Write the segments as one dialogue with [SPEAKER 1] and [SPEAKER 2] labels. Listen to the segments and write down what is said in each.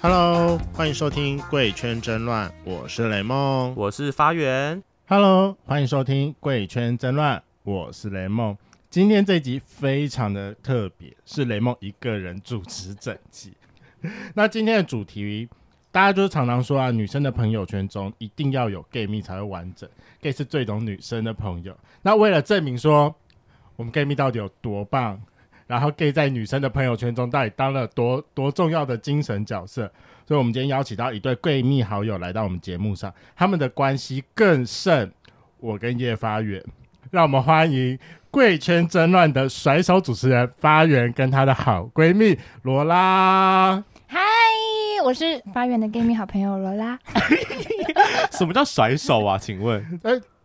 [SPEAKER 1] Hello，欢迎收听《贵圈争乱》，我是雷梦。
[SPEAKER 2] 我是发源，
[SPEAKER 1] Hello，欢迎收听《贵圈争乱》，我是雷梦。今天这集非常的特别，是雷梦一个人主持整集。 那今天的主题，大家就是常常说啊，女生的朋友圈中一定要有 gay 蜜才会完整，gay 是最懂女生的朋友。那为了证明说我们 gay 蜜到底有多棒，然后 gay 在女生的朋友圈中到底当了多多重要的精神角色，所以我们今天邀请到一对闺蜜好友来到我们节目上，他们的关系更胜我跟叶发源。让我们欢迎贵圈争乱的甩手主持人发源跟她的好闺蜜罗拉。
[SPEAKER 3] 嗨，我是发源的 gay 蜜好朋友 罗拉。
[SPEAKER 2] 什么叫甩手啊？请问？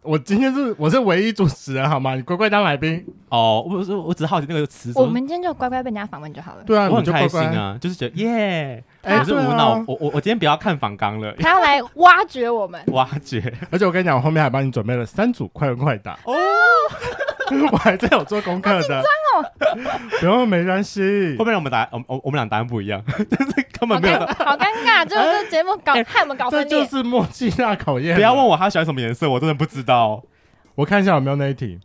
[SPEAKER 1] 我今天是我是唯一主持人，好吗？你乖乖当来宾。
[SPEAKER 2] 哦，我我我只是好奇那个词，
[SPEAKER 3] 我们今天就乖乖被人家访问就好了。
[SPEAKER 1] 对啊，
[SPEAKER 2] 我
[SPEAKER 1] 你
[SPEAKER 2] 很
[SPEAKER 1] 就
[SPEAKER 2] 开
[SPEAKER 1] 乖
[SPEAKER 2] 心
[SPEAKER 1] 乖。
[SPEAKER 2] 啊，就是觉得耶，
[SPEAKER 1] 哎
[SPEAKER 2] 我是无
[SPEAKER 1] 对啊
[SPEAKER 2] 脑，我我我今天不要看访纲了，，
[SPEAKER 3] 他要来挖掘我们
[SPEAKER 2] 挖掘
[SPEAKER 1] 而且我跟你讲，我后面还帮你准备了三组快问快答，
[SPEAKER 2] 哦，
[SPEAKER 1] 我还真有做功课的。
[SPEAKER 2] 哦
[SPEAKER 1] 不用，没关系
[SPEAKER 2] 会不。会让我们答，我们我我们俩答案不一样， 就是根
[SPEAKER 3] 好
[SPEAKER 2] 本没有
[SPEAKER 3] 尴
[SPEAKER 2] 的。
[SPEAKER 3] 好尴 尬，就是这节目搞
[SPEAKER 2] 哎
[SPEAKER 3] 害我们搞
[SPEAKER 1] 这
[SPEAKER 3] 分
[SPEAKER 1] 就
[SPEAKER 3] 裂。
[SPEAKER 1] 是默契大考验。啊
[SPEAKER 2] 不要问我他喜欢什么颜色，我真的不知道。
[SPEAKER 1] 我看一下有没有那一题。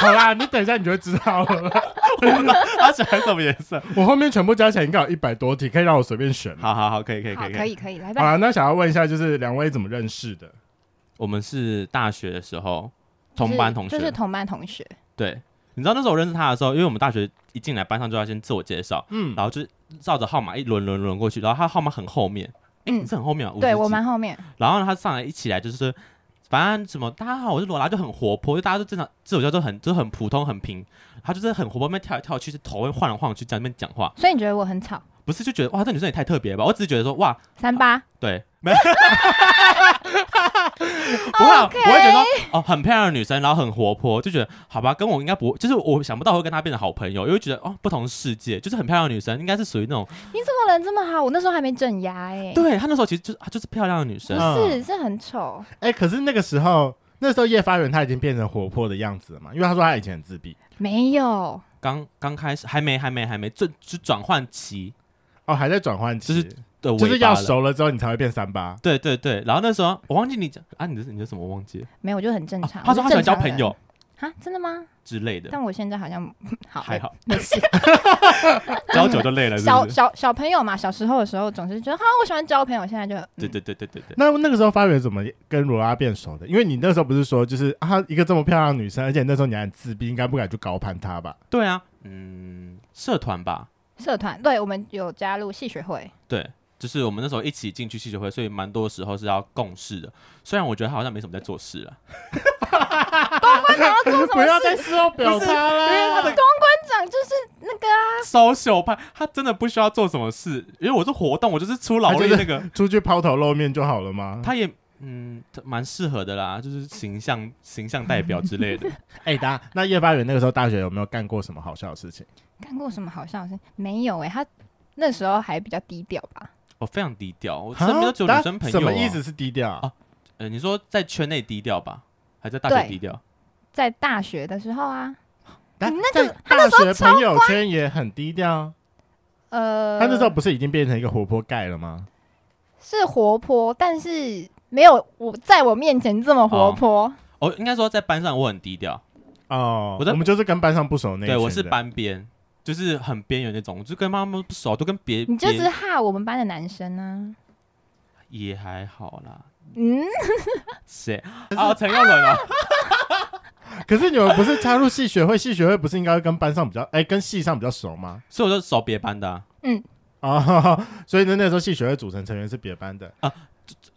[SPEAKER 1] 好啦，你等一下你就会知道了啦。
[SPEAKER 2] 他喜欢什么颜色？
[SPEAKER 1] 我后面全部加起来应该有一百多题，可以让我随便选。
[SPEAKER 2] 好好好，可以可以可
[SPEAKER 3] 好，
[SPEAKER 2] 以
[SPEAKER 3] 可。以可以，来
[SPEAKER 1] 好
[SPEAKER 3] 吧。
[SPEAKER 1] 啦，那想要问一下，就是两位怎么认识的？
[SPEAKER 2] 我们是大学的时候
[SPEAKER 3] 就是
[SPEAKER 2] 同班同
[SPEAKER 3] 就是
[SPEAKER 2] 学，
[SPEAKER 3] 同班同学，
[SPEAKER 2] 对，你知道那时候我认识他的时候，因为我们大学一进来班上就要先自我介绍，
[SPEAKER 1] 嗯，
[SPEAKER 2] 然后就是照着号码一轮轮轮过去，然后他号码很后面，哎、
[SPEAKER 3] 嗯
[SPEAKER 2] 你是很后面啊，50
[SPEAKER 3] 对
[SPEAKER 2] 几
[SPEAKER 3] 我蛮后面，
[SPEAKER 2] 然后他上来一起来就是说，反正什么大家好，我是罗拉，就很活泼，就大家都正常，自我介绍都很就很普通很平，他就是很活泼，那边跳来跳去，是头会晃来晃去，在那边讲话，
[SPEAKER 3] 所以你觉得我很吵？
[SPEAKER 2] 不是就觉得哇，这女生也太特别了吧？我只是觉得说哇，
[SPEAKER 3] 三八，
[SPEAKER 2] 对， 没。不会啊，我
[SPEAKER 3] OK
[SPEAKER 2] 会觉得说哦，很漂亮的女生，然后很活泼，就觉得好吧，跟我应该不，就是我想不到会跟她变成好朋友，因为觉得哦，不同世界，就是很漂亮的女生，应该是属于那种，
[SPEAKER 3] 你怎么人这么好？我那时候还没整牙哎，
[SPEAKER 2] 对嗯她那时候其实就是她就是漂亮的女生，
[SPEAKER 3] 不是是很丑，
[SPEAKER 1] 哎、可是那个时候，那时候叶发源他已经变成活泼的样子了嘛，因为他说他以前很自闭。
[SPEAKER 3] 没有，
[SPEAKER 2] 刚刚开始还没还没还没，就就转换期
[SPEAKER 1] 哦，还在转换期，
[SPEAKER 2] 就是的尾
[SPEAKER 1] 就
[SPEAKER 2] 巴
[SPEAKER 1] 是要
[SPEAKER 2] 了
[SPEAKER 1] 熟了之后你才会变三八。
[SPEAKER 2] 对对对，然后那时候我忘记你讲啊，你的你的什么我忘记了、
[SPEAKER 3] 没有，我就很正
[SPEAKER 2] 啊
[SPEAKER 3] 常。
[SPEAKER 2] 他说
[SPEAKER 3] 我
[SPEAKER 2] 他
[SPEAKER 3] 是
[SPEAKER 2] 喜欢交
[SPEAKER 3] 正常
[SPEAKER 2] 朋
[SPEAKER 3] 人
[SPEAKER 2] 友
[SPEAKER 3] 哈，真的吗？
[SPEAKER 2] 之类的，
[SPEAKER 3] 但我现在好像 好
[SPEAKER 2] 还好
[SPEAKER 3] 没事。
[SPEAKER 2] 交久就累了，是
[SPEAKER 3] 小
[SPEAKER 2] 不是？
[SPEAKER 3] 小小朋友嘛，小时候的时候总是觉得哈，啊我喜欢交朋友，现在就、嗯
[SPEAKER 2] 对对对对对对，
[SPEAKER 1] 那那个时候发源怎么跟罗拉变熟的？因为你那时候不是说就是啊，一个这么漂亮的女生，而且那时候你还很自闭，应该不敢去高攀她吧？
[SPEAKER 2] 对啊，嗯，社团吧，
[SPEAKER 3] 嗯社团，对我们有加入戏 学会，
[SPEAKER 2] 对，就是我们那时候一起进去戏剧会，所以蛮多时候是要共事的。虽然我觉得他好像没什么在做事了，
[SPEAKER 3] 班长要做什
[SPEAKER 1] 不要
[SPEAKER 3] 么
[SPEAKER 1] 再
[SPEAKER 3] 事？
[SPEAKER 1] 事后表达啦！因为他的
[SPEAKER 3] 班长就是那个啊，
[SPEAKER 2] 收秀派他真的不需要做什么事，因为我是活动，我就是出劳
[SPEAKER 1] 他就
[SPEAKER 2] 力
[SPEAKER 1] 是
[SPEAKER 2] 那个，
[SPEAKER 1] 出去抛头露面就好了吗？
[SPEAKER 2] 他也。嗯，他蛮适合的啦，就是形象形象代表 之类的。
[SPEAKER 1] 哎、大那叶发源那个时候大学有没有干过什么好笑的事情？
[SPEAKER 3] 干过什么好笑的事？没有哎、他那时候还比较低调吧。
[SPEAKER 2] 我、哦非常低调，我身边都只有
[SPEAKER 1] 啊
[SPEAKER 2] 女生朋友、
[SPEAKER 1] 什么意？思是低调？
[SPEAKER 2] 啊呃，你说在圈内低调吧，还在大学
[SPEAKER 3] 对
[SPEAKER 2] 低调？
[SPEAKER 3] 在大学的时候啊，
[SPEAKER 1] 但
[SPEAKER 3] 你那个
[SPEAKER 1] 在大学朋友圈也很低调。啊
[SPEAKER 3] 呃，
[SPEAKER 1] 他那时候不是已经变成一个活泼盖了吗？
[SPEAKER 3] 是活泼，但是没有我在我面前这么活泼。
[SPEAKER 2] 哦，应该说在班上我很低调，
[SPEAKER 1] 哦，
[SPEAKER 2] 我在
[SPEAKER 1] 们就是跟班上不熟那一群
[SPEAKER 2] 对
[SPEAKER 1] 人
[SPEAKER 2] 我是班边，就是很边缘那种，就跟妈妈不熟，都跟别
[SPEAKER 3] 你就
[SPEAKER 2] 别
[SPEAKER 3] 是哈我们班的男生呢、
[SPEAKER 2] 也还好啦。
[SPEAKER 3] 嗯，
[SPEAKER 2] 谁啊？陈耀伦啊？
[SPEAKER 1] 可是你们不是加入系学会？系学会不是应该跟班上比较哎、跟系上比较熟吗？
[SPEAKER 2] 所以我就熟别班的啊、
[SPEAKER 1] 哦， 所以呢，那时候系学会组成成员是别班的，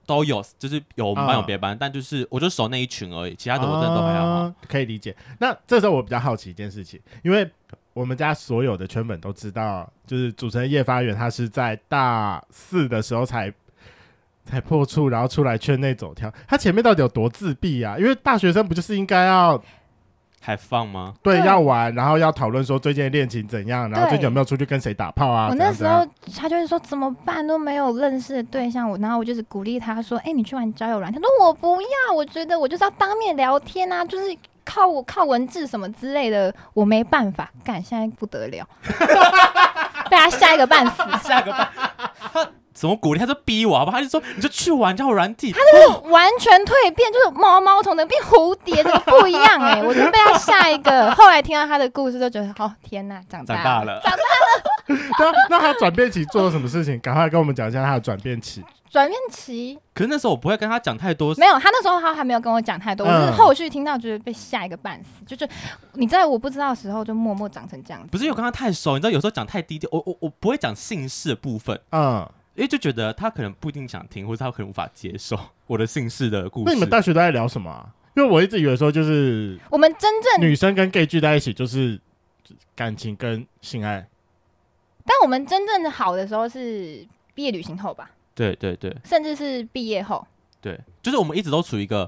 [SPEAKER 2] 都有，就是有我们班
[SPEAKER 1] 啊
[SPEAKER 2] 有别班，但就是我就熟那一群而已，其他的我真的都还好。
[SPEAKER 1] 哦可以理解。那这时候我比较好奇一件事情，因为我们家所有的圈粉都知道，就是主持人叶发源，他是在大四的时候才才破处，然后出来圈内走跳。他前面到底有多自闭啊？因为大学生不就是应该要
[SPEAKER 2] 还放吗？
[SPEAKER 1] 对
[SPEAKER 3] 对
[SPEAKER 1] 要玩，然后要讨论说最近的恋情怎样，然后
[SPEAKER 3] 对
[SPEAKER 1] 最近有没有出去跟谁打炮 啊？
[SPEAKER 3] 我
[SPEAKER 1] 怎
[SPEAKER 3] 那
[SPEAKER 1] 样
[SPEAKER 3] 时
[SPEAKER 1] 怎样
[SPEAKER 3] 候他就是说怎么办都没有认识的对象，我然后我就是鼓励他说：“哎、你去玩交友软件。”他说：“我不要，我觉得我就是要当面聊天啊，就是靠我靠文字什么之类的，我没办法 干，现在不得了，被他吓一个半死。
[SPEAKER 2] 下个班，他怎么鼓励？他就逼我，好不好？他就说你就去玩交友软体，
[SPEAKER 3] 完全蜕变，就是猫猫从那变蝴蝶，这个不一样哎、我就被他吓一个。后来听到他的故事，就觉得哦天哪，长
[SPEAKER 2] 长
[SPEAKER 3] 大
[SPEAKER 2] 大了，
[SPEAKER 1] 那那他转变期做了什么事情？赶快跟我们讲一下他的转变期。
[SPEAKER 3] 转变期
[SPEAKER 2] 可是那时候我不会跟他讲太多，
[SPEAKER 3] 没有，他那时候他还没有跟我讲太多，我是
[SPEAKER 1] 嗯
[SPEAKER 3] 后续听到觉得被吓一个半死，就是你在我不知道的时候就默默长成这样子。
[SPEAKER 2] 不是因为我跟他太熟，你知道有时候讲太低调，我我我不会讲姓氏的部分，
[SPEAKER 1] 嗯，
[SPEAKER 2] 因为就觉得他可能不一定想听，或者他可能无法接受我的姓氏的故事。
[SPEAKER 1] 那你们大学都在聊什么啊、因为我一直以为说就是
[SPEAKER 3] 我们真正，
[SPEAKER 1] 女生跟 gay 聚在一起就是感情跟性爱。
[SPEAKER 3] 但我们真正的好的时候是毕业旅行后吧，
[SPEAKER 2] 对对对
[SPEAKER 3] 甚至是毕业后。
[SPEAKER 2] 对，就是我们一直都处于一个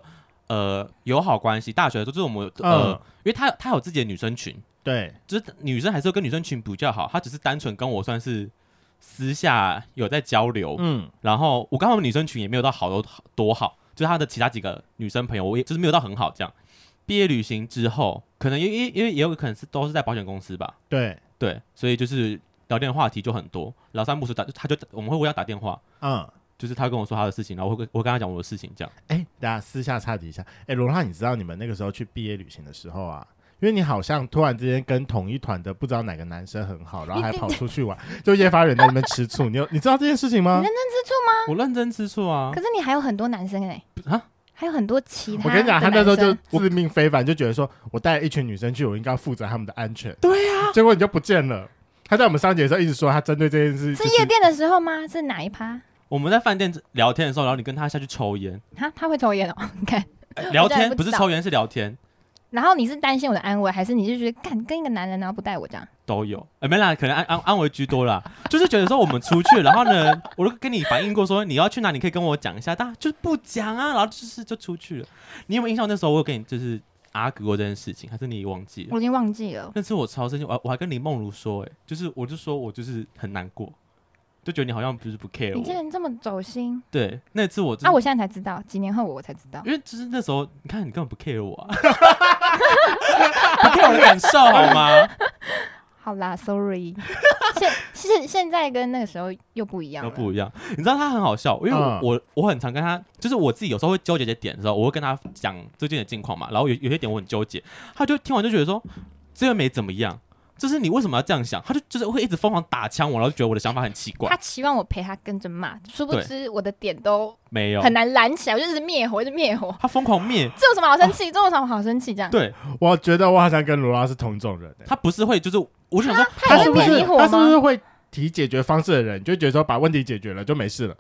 [SPEAKER 2] 呃友好关系。大学的时候就是我们
[SPEAKER 1] 嗯，
[SPEAKER 2] 呃，因为他他有自己的女生群，
[SPEAKER 1] 对，
[SPEAKER 2] 就是女生还是会跟女生群比较好，他只是单纯跟我算是私下有在交流。
[SPEAKER 1] 嗯，
[SPEAKER 2] 然后我跟他们女生群也没有到好多多好，就是他的其他几个女生朋友，我也就是没有到很好这样。毕业旅行之后，可能因因因为也有可能是都是在保险公司吧，
[SPEAKER 1] 对，
[SPEAKER 2] 对，所以就是聊天的话题就很多。老三不时打，他就我们会互相打电话，
[SPEAKER 1] 嗯。
[SPEAKER 2] 就是他会跟我说他的事情，然后我会跟我会跟他讲我的事情，这样。
[SPEAKER 1] 哎、大家私下插题一下，哎、罗拉，你知道你们那个时候去毕业旅行的时候啊，因为你好像突然之间跟同一团的不知道哪个男生很好，然后还跑出去玩，就夜发人在那边吃醋，你有你知道这件事情吗
[SPEAKER 3] 你？认真吃醋吗？
[SPEAKER 2] 我认真吃醋啊
[SPEAKER 3] 可，是你还有很多男生哎、
[SPEAKER 2] 啊
[SPEAKER 3] 还有很多其他。
[SPEAKER 1] 哦我跟你讲，他那时候就自命非凡，就觉得说我带一群女生去，我应该负责他们的安全。对啊，结果你就不见了。他在我们上节的时候一直说他针对这件事，就是
[SPEAKER 3] 夜店的时候吗？是哪一趴？
[SPEAKER 2] 我们在饭店聊天的时候，然后你跟他下去抽烟，
[SPEAKER 3] 哈，他会抽烟哦， 你看。
[SPEAKER 2] 哎聊
[SPEAKER 3] 我真
[SPEAKER 2] 天
[SPEAKER 3] 的
[SPEAKER 2] 不
[SPEAKER 3] 不
[SPEAKER 2] 是
[SPEAKER 3] 知道
[SPEAKER 2] 抽烟是聊天
[SPEAKER 3] 然后你是担心我的安危，还是你就觉得干跟一个男人然后不带我这样？
[SPEAKER 2] 都有，哎、没啦，可能安安安慰居多啦， 就是觉得说我们出去，然后呢， 我都跟你反映过说你要去哪，你可以跟我讲一下，但就是不讲啊，然后就是就出去了。你有没有印象那时候我有跟你就是阿哥过这件事情，还是你忘记了？
[SPEAKER 3] 我已经忘记了。
[SPEAKER 2] 那次我超生气，我还我还跟林梦如说、欸，哎，就是我就说我就是很难过，就觉得你好像不是不 care
[SPEAKER 3] 你竟
[SPEAKER 2] 我。
[SPEAKER 3] 然这么走心
[SPEAKER 2] 对，那次我真、
[SPEAKER 3] 啊！我现在才知道，几年后我才知道。
[SPEAKER 2] 因为就是那时候，你看你根本不 care 我、啊， 不 care 我的感受好吗？
[SPEAKER 3] 好啦，sorry。现现现在跟那个时候又不一样
[SPEAKER 2] 都
[SPEAKER 3] 了。
[SPEAKER 2] 不一样。你知道他很好笑，因为我、
[SPEAKER 1] 嗯
[SPEAKER 2] 我我很常跟他，就是我自己有时候会纠结的点的时候，我会跟他讲最近的近况嘛，然后有有些点我很纠结，他就听完就觉得说这个没怎么样，就是你为什么要这样想？他就就是会一直疯狂打枪我，然后就觉得我的想法很奇怪
[SPEAKER 3] 他。期望我陪他跟着骂，殊不
[SPEAKER 2] 对
[SPEAKER 3] 知我的点都
[SPEAKER 2] 没有，
[SPEAKER 3] 很难拦起来，我就一直灭火，一直灭火。
[SPEAKER 2] 他疯狂灭，
[SPEAKER 3] 这有什么好生气？这有什么好生气？这样
[SPEAKER 2] 对
[SPEAKER 1] 我觉得我好像跟罗拉是同一种人、欸，
[SPEAKER 2] 他不是会就是，我就想说
[SPEAKER 3] 他也
[SPEAKER 1] 是
[SPEAKER 3] 会
[SPEAKER 1] 不
[SPEAKER 3] 灭
[SPEAKER 1] 是
[SPEAKER 3] 你火
[SPEAKER 1] 他是不
[SPEAKER 3] 吗
[SPEAKER 1] 是？会提解决方式的人，你就觉得说把问题解决了就没事了。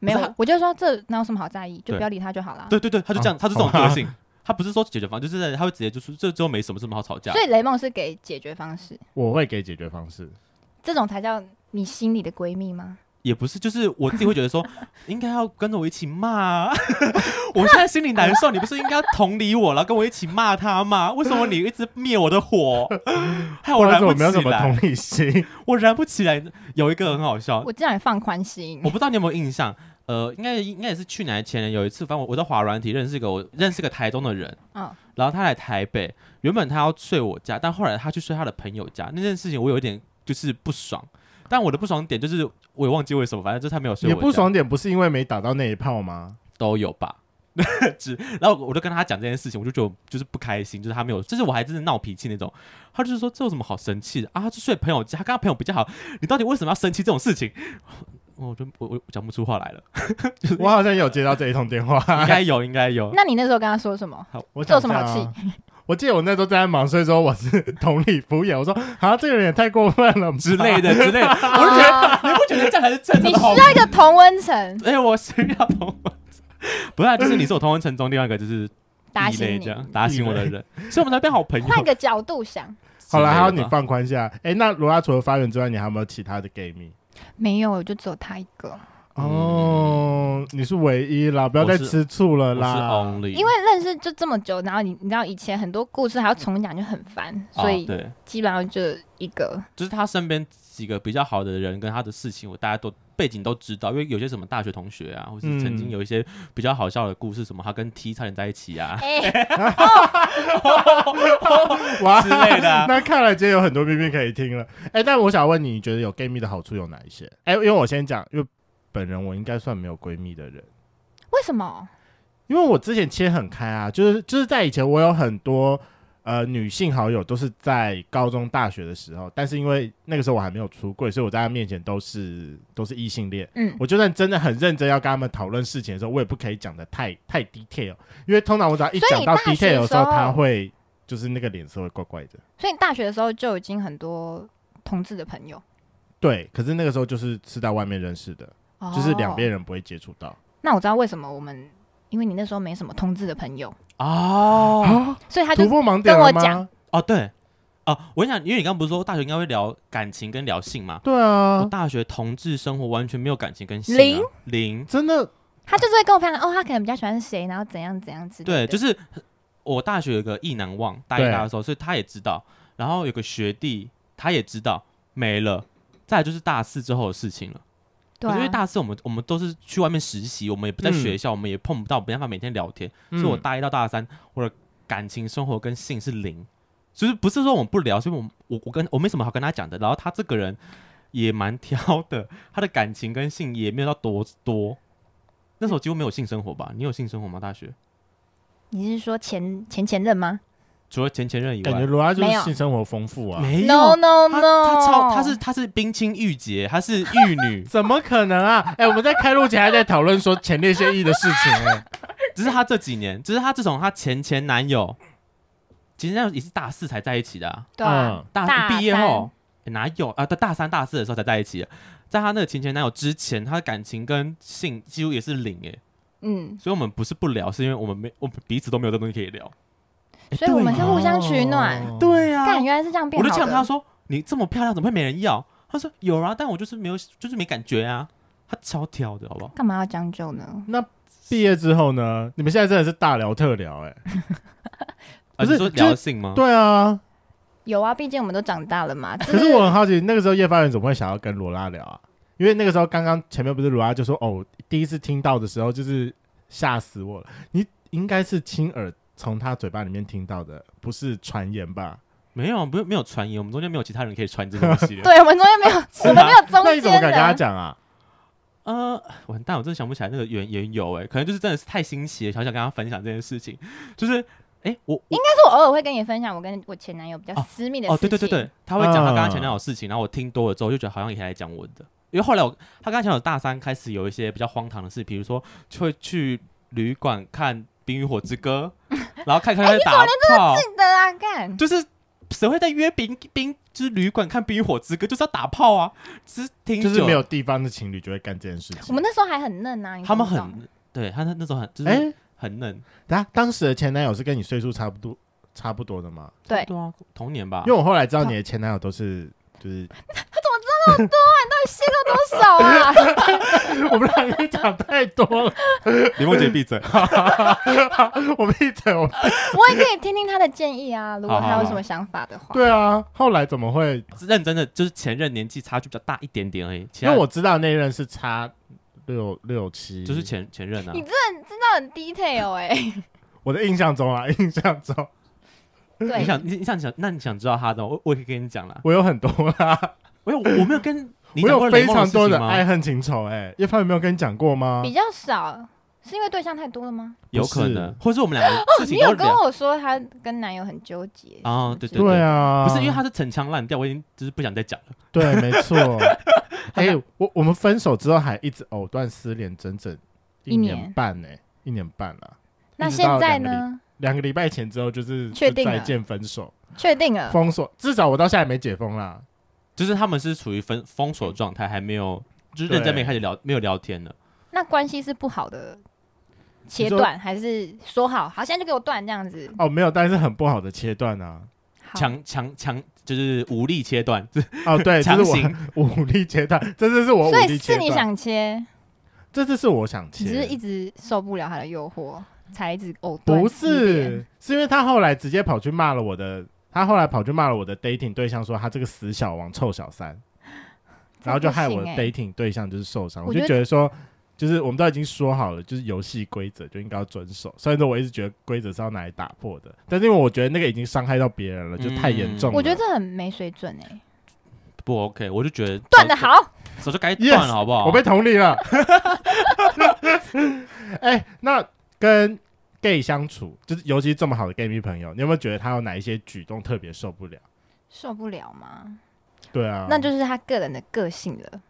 [SPEAKER 3] 没
[SPEAKER 2] 不是
[SPEAKER 3] 有，我就说这哪有什么好在意，就
[SPEAKER 2] 对
[SPEAKER 3] 不要理他就好了。
[SPEAKER 2] 对对对，他就这样，
[SPEAKER 1] 啊
[SPEAKER 2] 他就这种
[SPEAKER 1] 好吧
[SPEAKER 2] 个性。他不是说解决方案，就是他会直接就说这之后没什么，这么好吵架
[SPEAKER 3] 所。以雷梦是给解决方式，
[SPEAKER 1] 我会给解决方式。
[SPEAKER 3] 这种才叫你心里的闺蜜吗？
[SPEAKER 2] 也不是，就是我自己会觉 得说，应该要跟着我一起骂、啊。我现在心里难受，你不是应该要同理我，然后跟我一起骂他吗？为什么你一直灭我 的火，害我
[SPEAKER 1] 或者
[SPEAKER 2] 燃
[SPEAKER 1] 是
[SPEAKER 2] 不
[SPEAKER 1] 我没有什
[SPEAKER 2] 起
[SPEAKER 1] 么
[SPEAKER 2] 来？
[SPEAKER 1] 同理 心，
[SPEAKER 2] 我燃不起来。有一个很好笑，
[SPEAKER 3] 我这样也放宽心
[SPEAKER 2] 我。不知道你有没有印象，呃，应该应该也是去年还是前年有一次，反正我我在华软体认识一个我认识一个台中的人，
[SPEAKER 3] 嗯，
[SPEAKER 2] 然后他来台北，原本他要睡我家，但后来他去睡他的朋友家，那件事情我有一点就是不爽，但我的不爽点就是我也忘记为什么，反正就是他没有睡
[SPEAKER 1] 你
[SPEAKER 2] 我家，
[SPEAKER 1] 不爽点不是因为没打到那一炮吗？
[SPEAKER 2] 都有吧。 只然后我就跟他讲这件事情，我就觉得就是不开心，就是他没有，就是我还真是闹脾气那种。他就是说这有什么好生气的啊？他去睡朋友家，他跟他朋友比较好，你到底为什么要生气这种事情？我就我我我讲不出话来 了，
[SPEAKER 1] 我好像有接到这一通电 话，
[SPEAKER 2] 应该有，应该有。
[SPEAKER 3] 那你那时候跟他说什么？
[SPEAKER 1] 我
[SPEAKER 3] 这
[SPEAKER 1] 想
[SPEAKER 3] 有什么好
[SPEAKER 1] 一下啊
[SPEAKER 3] 气？
[SPEAKER 1] 我记得我那时候正在忙，所以说我是同理敷衍，我说啊，这个人也太过分 了吧
[SPEAKER 2] 之类。的之类的，
[SPEAKER 3] 我就觉得
[SPEAKER 2] 你不觉得这样才是正常
[SPEAKER 3] 你啊
[SPEAKER 2] 的
[SPEAKER 3] 需
[SPEAKER 2] 好吗？
[SPEAKER 3] 啊 要一个同温层
[SPEAKER 2] 哎、我需要同温层，不是、啊，就是你是我同温层中另外一个就是
[SPEAKER 3] 打
[SPEAKER 2] 异类
[SPEAKER 3] 醒
[SPEAKER 2] 这
[SPEAKER 3] 你，
[SPEAKER 2] 样打醒我的人，所以我们才变好朋友。
[SPEAKER 3] 换个角度想。
[SPEAKER 1] 好了，还有
[SPEAKER 2] 之类
[SPEAKER 1] 你
[SPEAKER 2] 的吧
[SPEAKER 1] 放宽下。哎、那罗拉除了发源之外，你还有没有其他的 gay 蜜？
[SPEAKER 3] 没有，我就只有他一个。
[SPEAKER 1] 嗯哦，你是唯一啦，不要再吃醋了啦。
[SPEAKER 2] 我是 only，
[SPEAKER 3] 因为认识就这么久，然后你你知道以前很多故事还要重讲，就很烦，
[SPEAKER 2] 啊
[SPEAKER 3] 所以
[SPEAKER 2] 对，
[SPEAKER 3] 基本上就一 个。
[SPEAKER 2] 就是他身边几个比较好的人跟他的事情，我大家都背景都知道，因为有些什么大学同学啊，或是曾经
[SPEAKER 1] 嗯
[SPEAKER 2] 有一些比较好笑的故事，什么他跟 T 差点在一起 啊，
[SPEAKER 3] 哎、
[SPEAKER 1] 哇
[SPEAKER 2] 之类的啊
[SPEAKER 1] 那看来今天有很多秘密可以听了。哎、但我想问你，你觉得有 gay 蜜的好处有哪一些？哎、因为我先讲，因为本人我应该算没有闺蜜的人，
[SPEAKER 3] 为什么？
[SPEAKER 1] 因为我之前切很开啊，就是就是在以前我有很多呃女性好友都是在高中、大学的时候，但是因为那个时候我还没有出柜，所以我在她面前都是都是异性恋。
[SPEAKER 3] 嗯，
[SPEAKER 1] 我就算真的很认真要跟他们讨论事情的时候，我也不可以讲的太太 detail，因为通常我只要一
[SPEAKER 3] 所以
[SPEAKER 1] 讲
[SPEAKER 3] 你
[SPEAKER 1] 到
[SPEAKER 3] 大学
[SPEAKER 1] detail 的
[SPEAKER 3] 的
[SPEAKER 1] 时
[SPEAKER 3] 时
[SPEAKER 1] 候，
[SPEAKER 3] 候
[SPEAKER 1] 他会就是那个脸色会怪怪的。
[SPEAKER 3] 所以你大学的时候就已经很多同志的朋友，
[SPEAKER 1] 对，可是那个时候就是是在外面认识的，就是两边
[SPEAKER 3] 哦。
[SPEAKER 1] 人不会接触到。
[SPEAKER 3] 那我知道为什么我们，因为你那时候没什么同志的朋友，
[SPEAKER 2] 哦
[SPEAKER 1] 啊，
[SPEAKER 3] 所以他就
[SPEAKER 1] 突破盲点了
[SPEAKER 3] 跟我
[SPEAKER 1] 吗
[SPEAKER 3] 讲？
[SPEAKER 2] 哦，对哦，我跟你讲，因为你刚刚不是说大学应该会聊感情跟聊性嘛？
[SPEAKER 1] 对
[SPEAKER 2] 我
[SPEAKER 1] 啊，
[SPEAKER 2] 大学同志生活完全没有感情跟性、
[SPEAKER 3] 零
[SPEAKER 2] 啊，零，
[SPEAKER 1] 真的
[SPEAKER 3] 他就是会跟我分享哦，他可能比较喜欢谁，然后怎样怎样之类
[SPEAKER 2] 对，
[SPEAKER 3] 的。
[SPEAKER 2] 就是我大学有个意难忘，大一
[SPEAKER 1] 对
[SPEAKER 2] 大二的时候，所以他也知道，然后有个学弟他也知道，没了。再来就是大四之后的事情了，
[SPEAKER 3] 对
[SPEAKER 2] 可
[SPEAKER 3] 啊、
[SPEAKER 2] 是因为大四我们我们都是去外面实习，我们也不在
[SPEAKER 1] 嗯
[SPEAKER 2] 学校，我们也碰不到，没办法每天聊天，
[SPEAKER 1] 嗯
[SPEAKER 2] 所以我大一到大三我的感情生活跟性是零，就是不是说我们不聊，所以我我我跟我没什么好跟他讲的，然后他这个人也蛮挑的，他的感情跟性也没有到多多。那时候几乎没有性生活吧？你有性生活吗？大学
[SPEAKER 3] 你是说前前前任吗
[SPEAKER 2] 除了前前任以
[SPEAKER 1] 感觉
[SPEAKER 2] 外，
[SPEAKER 1] 罗拉就
[SPEAKER 3] 没
[SPEAKER 1] 是
[SPEAKER 3] 有
[SPEAKER 1] 性生活丰富啊，，
[SPEAKER 2] 没有。
[SPEAKER 3] ？No No
[SPEAKER 2] 他
[SPEAKER 3] No，
[SPEAKER 2] 他超他是他是冰清玉洁，他是玉 女
[SPEAKER 1] 怎么可能啊？哎、我们在开录前还在讨论说前列腺液的事情、哎
[SPEAKER 2] 只是他这几年，只是他自从他前前男友，前前男友也是大四才在一起的、啊，
[SPEAKER 3] 对啊、
[SPEAKER 1] 嗯
[SPEAKER 2] 大
[SPEAKER 3] 大
[SPEAKER 2] 毕业
[SPEAKER 3] 三
[SPEAKER 2] 后、欸哪有啊？大大三大四的时候才在一起的，在他那个前前男友之前，他的感情跟性几乎也是零哎、
[SPEAKER 3] 嗯，
[SPEAKER 2] 所以我们不是不聊，是因为我们没我们彼此都没有这东西可以聊，欸
[SPEAKER 3] 所以我们
[SPEAKER 2] 对
[SPEAKER 3] 是互相取暖
[SPEAKER 1] 哦
[SPEAKER 2] 对呀、
[SPEAKER 3] 但原来是这样变
[SPEAKER 2] 我就
[SPEAKER 3] 好
[SPEAKER 2] 呛他
[SPEAKER 3] 的。
[SPEAKER 2] 说：“你这么漂亮，怎么会没人要？”他说：“有啊，但我就是没有，就是没感觉啊。”他超挑的，好不好？
[SPEAKER 3] 干嘛要将就呢？
[SPEAKER 1] 毕业之后呢？你们现在真的是大聊特聊、哎，
[SPEAKER 2] 啊、
[SPEAKER 1] 不是
[SPEAKER 2] 你说
[SPEAKER 1] 就是
[SPEAKER 2] 聊性吗？
[SPEAKER 1] 对啊。
[SPEAKER 3] 有啊，毕竟我们都长大了
[SPEAKER 2] 哎
[SPEAKER 3] 嘛。
[SPEAKER 1] 可是我很好奇，那个时候叶发源怎么会想要跟罗拉聊啊？因为那个时候刚刚前面不是罗拉就说哦，第一次听到的时候就是吓死我了。你应该是亲耳从他嘴巴里面听到的，不是传言吧？
[SPEAKER 2] 没有，啊不是没有传言，我们中间没有其他人可以传这个 东西的。
[SPEAKER 3] 对我们中间没有， 我们没有
[SPEAKER 1] 那你怎
[SPEAKER 3] 中
[SPEAKER 1] 么
[SPEAKER 3] 间
[SPEAKER 1] 敢跟他
[SPEAKER 3] 人。
[SPEAKER 1] 讲啊？
[SPEAKER 2] 呃， 完蛋，我真的想不起来那个缘缘由哎，可能就是真的是太新奇了，想想跟他分享这件事情。就是，哎，我我
[SPEAKER 3] 但是我偶尔会跟你分享我跟我前男友比较
[SPEAKER 2] 哦
[SPEAKER 3] 私密的事情。
[SPEAKER 2] 哦，对对对对，他会讲他
[SPEAKER 1] 嗯
[SPEAKER 2] 跟他前男友的事情，然后我听多了之后就觉得好像也可以来讲我的，因为后来我他跟他前男友大三开始有一些比较荒唐的事，比如说就会去旅馆看《冰与火之 歌》，然后看看
[SPEAKER 3] 哎
[SPEAKER 2] 他在打炮，
[SPEAKER 3] 是的啊，干。
[SPEAKER 2] 就是谁会在约冰冰就是旅馆看《冰与火之歌》就是要打炮啊，只是挺
[SPEAKER 1] 就
[SPEAKER 2] 久
[SPEAKER 1] 是没有地方的情侣就会干这件事
[SPEAKER 3] 我
[SPEAKER 1] 情。
[SPEAKER 3] 们那时候还很嫩啊，你
[SPEAKER 2] 他们
[SPEAKER 3] 懂不懂
[SPEAKER 2] 很对他那那时候很就是
[SPEAKER 1] 哎、
[SPEAKER 2] 很嫩，
[SPEAKER 1] 等下当时的前男友是跟你岁数差不多差不多的吗？
[SPEAKER 3] 对
[SPEAKER 2] 对啊，童年吧
[SPEAKER 1] 因为，我后来知道你的前男友都是就是
[SPEAKER 3] 泄露多少啊？
[SPEAKER 1] 我们两个讲太多了，
[SPEAKER 2] 李梦洁闭嘴。
[SPEAKER 1] 我们一整
[SPEAKER 3] 我也可以听听他的建议 啊，如果
[SPEAKER 2] 好好
[SPEAKER 3] 他
[SPEAKER 2] 好
[SPEAKER 3] 有什么想法的话。
[SPEAKER 1] 对啊，后来怎么会
[SPEAKER 2] 认真的就是前任年纪差距比较大一点点而已，其
[SPEAKER 1] 因
[SPEAKER 2] 他
[SPEAKER 1] 为我知道那任是差六六七，
[SPEAKER 2] 就是前前任啊
[SPEAKER 3] 你。那很 detail 哎、
[SPEAKER 1] 我的印象中啊， 印象中
[SPEAKER 2] 你
[SPEAKER 3] 对，
[SPEAKER 2] 想你你想想，那你想知道他的吗，我我也可以跟你讲啦。
[SPEAKER 1] 我有很多啦，
[SPEAKER 2] 我有我没 有跟你
[SPEAKER 1] 我
[SPEAKER 2] 讲过
[SPEAKER 1] 有非
[SPEAKER 2] 雷梦
[SPEAKER 1] 常
[SPEAKER 2] 事
[SPEAKER 1] 多
[SPEAKER 2] 情
[SPEAKER 1] 的
[SPEAKER 2] 吗？
[SPEAKER 1] 爱恨情仇、哎，叶凡有没有跟你讲过吗
[SPEAKER 3] 比？较少，是因为对象太多了吗？
[SPEAKER 2] 有可能，或是我们两个事
[SPEAKER 3] 哦你
[SPEAKER 2] 情
[SPEAKER 3] 有
[SPEAKER 2] 都
[SPEAKER 3] 跟
[SPEAKER 2] 聊
[SPEAKER 3] 我说她跟男友很纠结
[SPEAKER 2] 啊
[SPEAKER 3] 什么
[SPEAKER 2] 对
[SPEAKER 3] 之类的
[SPEAKER 1] 对啊，
[SPEAKER 2] 不是因为他是陈腔滥调，我已经就是不想再讲了。
[SPEAKER 1] 对，没 错。哎、我我们分手之后还一直藕断丝连，整整一
[SPEAKER 3] 一
[SPEAKER 1] 年
[SPEAKER 3] 年
[SPEAKER 1] 半呢、哎一年半了、
[SPEAKER 3] 那
[SPEAKER 1] 一直到
[SPEAKER 3] 现在
[SPEAKER 1] 两个礼？
[SPEAKER 3] 呢？
[SPEAKER 1] 两个礼拜前之后就是
[SPEAKER 3] 确定
[SPEAKER 1] 就再
[SPEAKER 3] 了
[SPEAKER 1] 见分手，
[SPEAKER 3] 确定了，
[SPEAKER 1] 封锁，至少我到现在没解封啦。
[SPEAKER 2] 就是他们是处于封封锁状态，还没有就是认真没开始聊，没有聊天呢。
[SPEAKER 3] 那关系是不好的
[SPEAKER 1] 你
[SPEAKER 3] 切
[SPEAKER 1] 说
[SPEAKER 3] 断，还是说好好现在就给我断这样子？
[SPEAKER 1] 哦，没有，但是很不好的切断啊。
[SPEAKER 3] 好
[SPEAKER 2] 强强强就是武力切断，
[SPEAKER 1] 哦，对，就
[SPEAKER 2] 强
[SPEAKER 1] 是我
[SPEAKER 2] 行
[SPEAKER 1] 武力切断，这次是我武
[SPEAKER 3] 所以
[SPEAKER 1] 力切
[SPEAKER 3] 是你
[SPEAKER 1] 断，
[SPEAKER 3] 想切，
[SPEAKER 1] 这次是我想
[SPEAKER 3] 你只是
[SPEAKER 1] 切
[SPEAKER 3] 一，直受不了他的诱惑，才一直藕断
[SPEAKER 1] 不
[SPEAKER 3] 丝连
[SPEAKER 1] 是，是因为他后来直接跑去骂了我的，他后来跑去骂了我的 dating 对象，说他这个死小王、臭小三，然后就害我的
[SPEAKER 3] 这不行欸
[SPEAKER 1] dating 对象就是受伤，
[SPEAKER 3] 我
[SPEAKER 1] 我就
[SPEAKER 3] 觉得
[SPEAKER 1] 觉得说。就是我们都已经说好了，就是游戏规则就应该要遵守。虽然说我一直觉得规则是要拿来打破的，
[SPEAKER 2] 嗯
[SPEAKER 1] 但是因为我觉得那个已经伤害到别人了，就太严重了。
[SPEAKER 3] 我觉得这很没水准哎、
[SPEAKER 2] 不不 OK，我就觉得
[SPEAKER 3] 断的，好，
[SPEAKER 2] 早早就该断
[SPEAKER 1] Yes，
[SPEAKER 2] 了，好不好？
[SPEAKER 1] 我被同理了。 哎、那跟 gay 相处，就是尤其这么好的 gay 蜜朋友，你有没有觉得他有哪一些举动特别受不了？
[SPEAKER 3] 受不了吗？
[SPEAKER 1] 对啊，
[SPEAKER 3] 那就是他个人的个性了，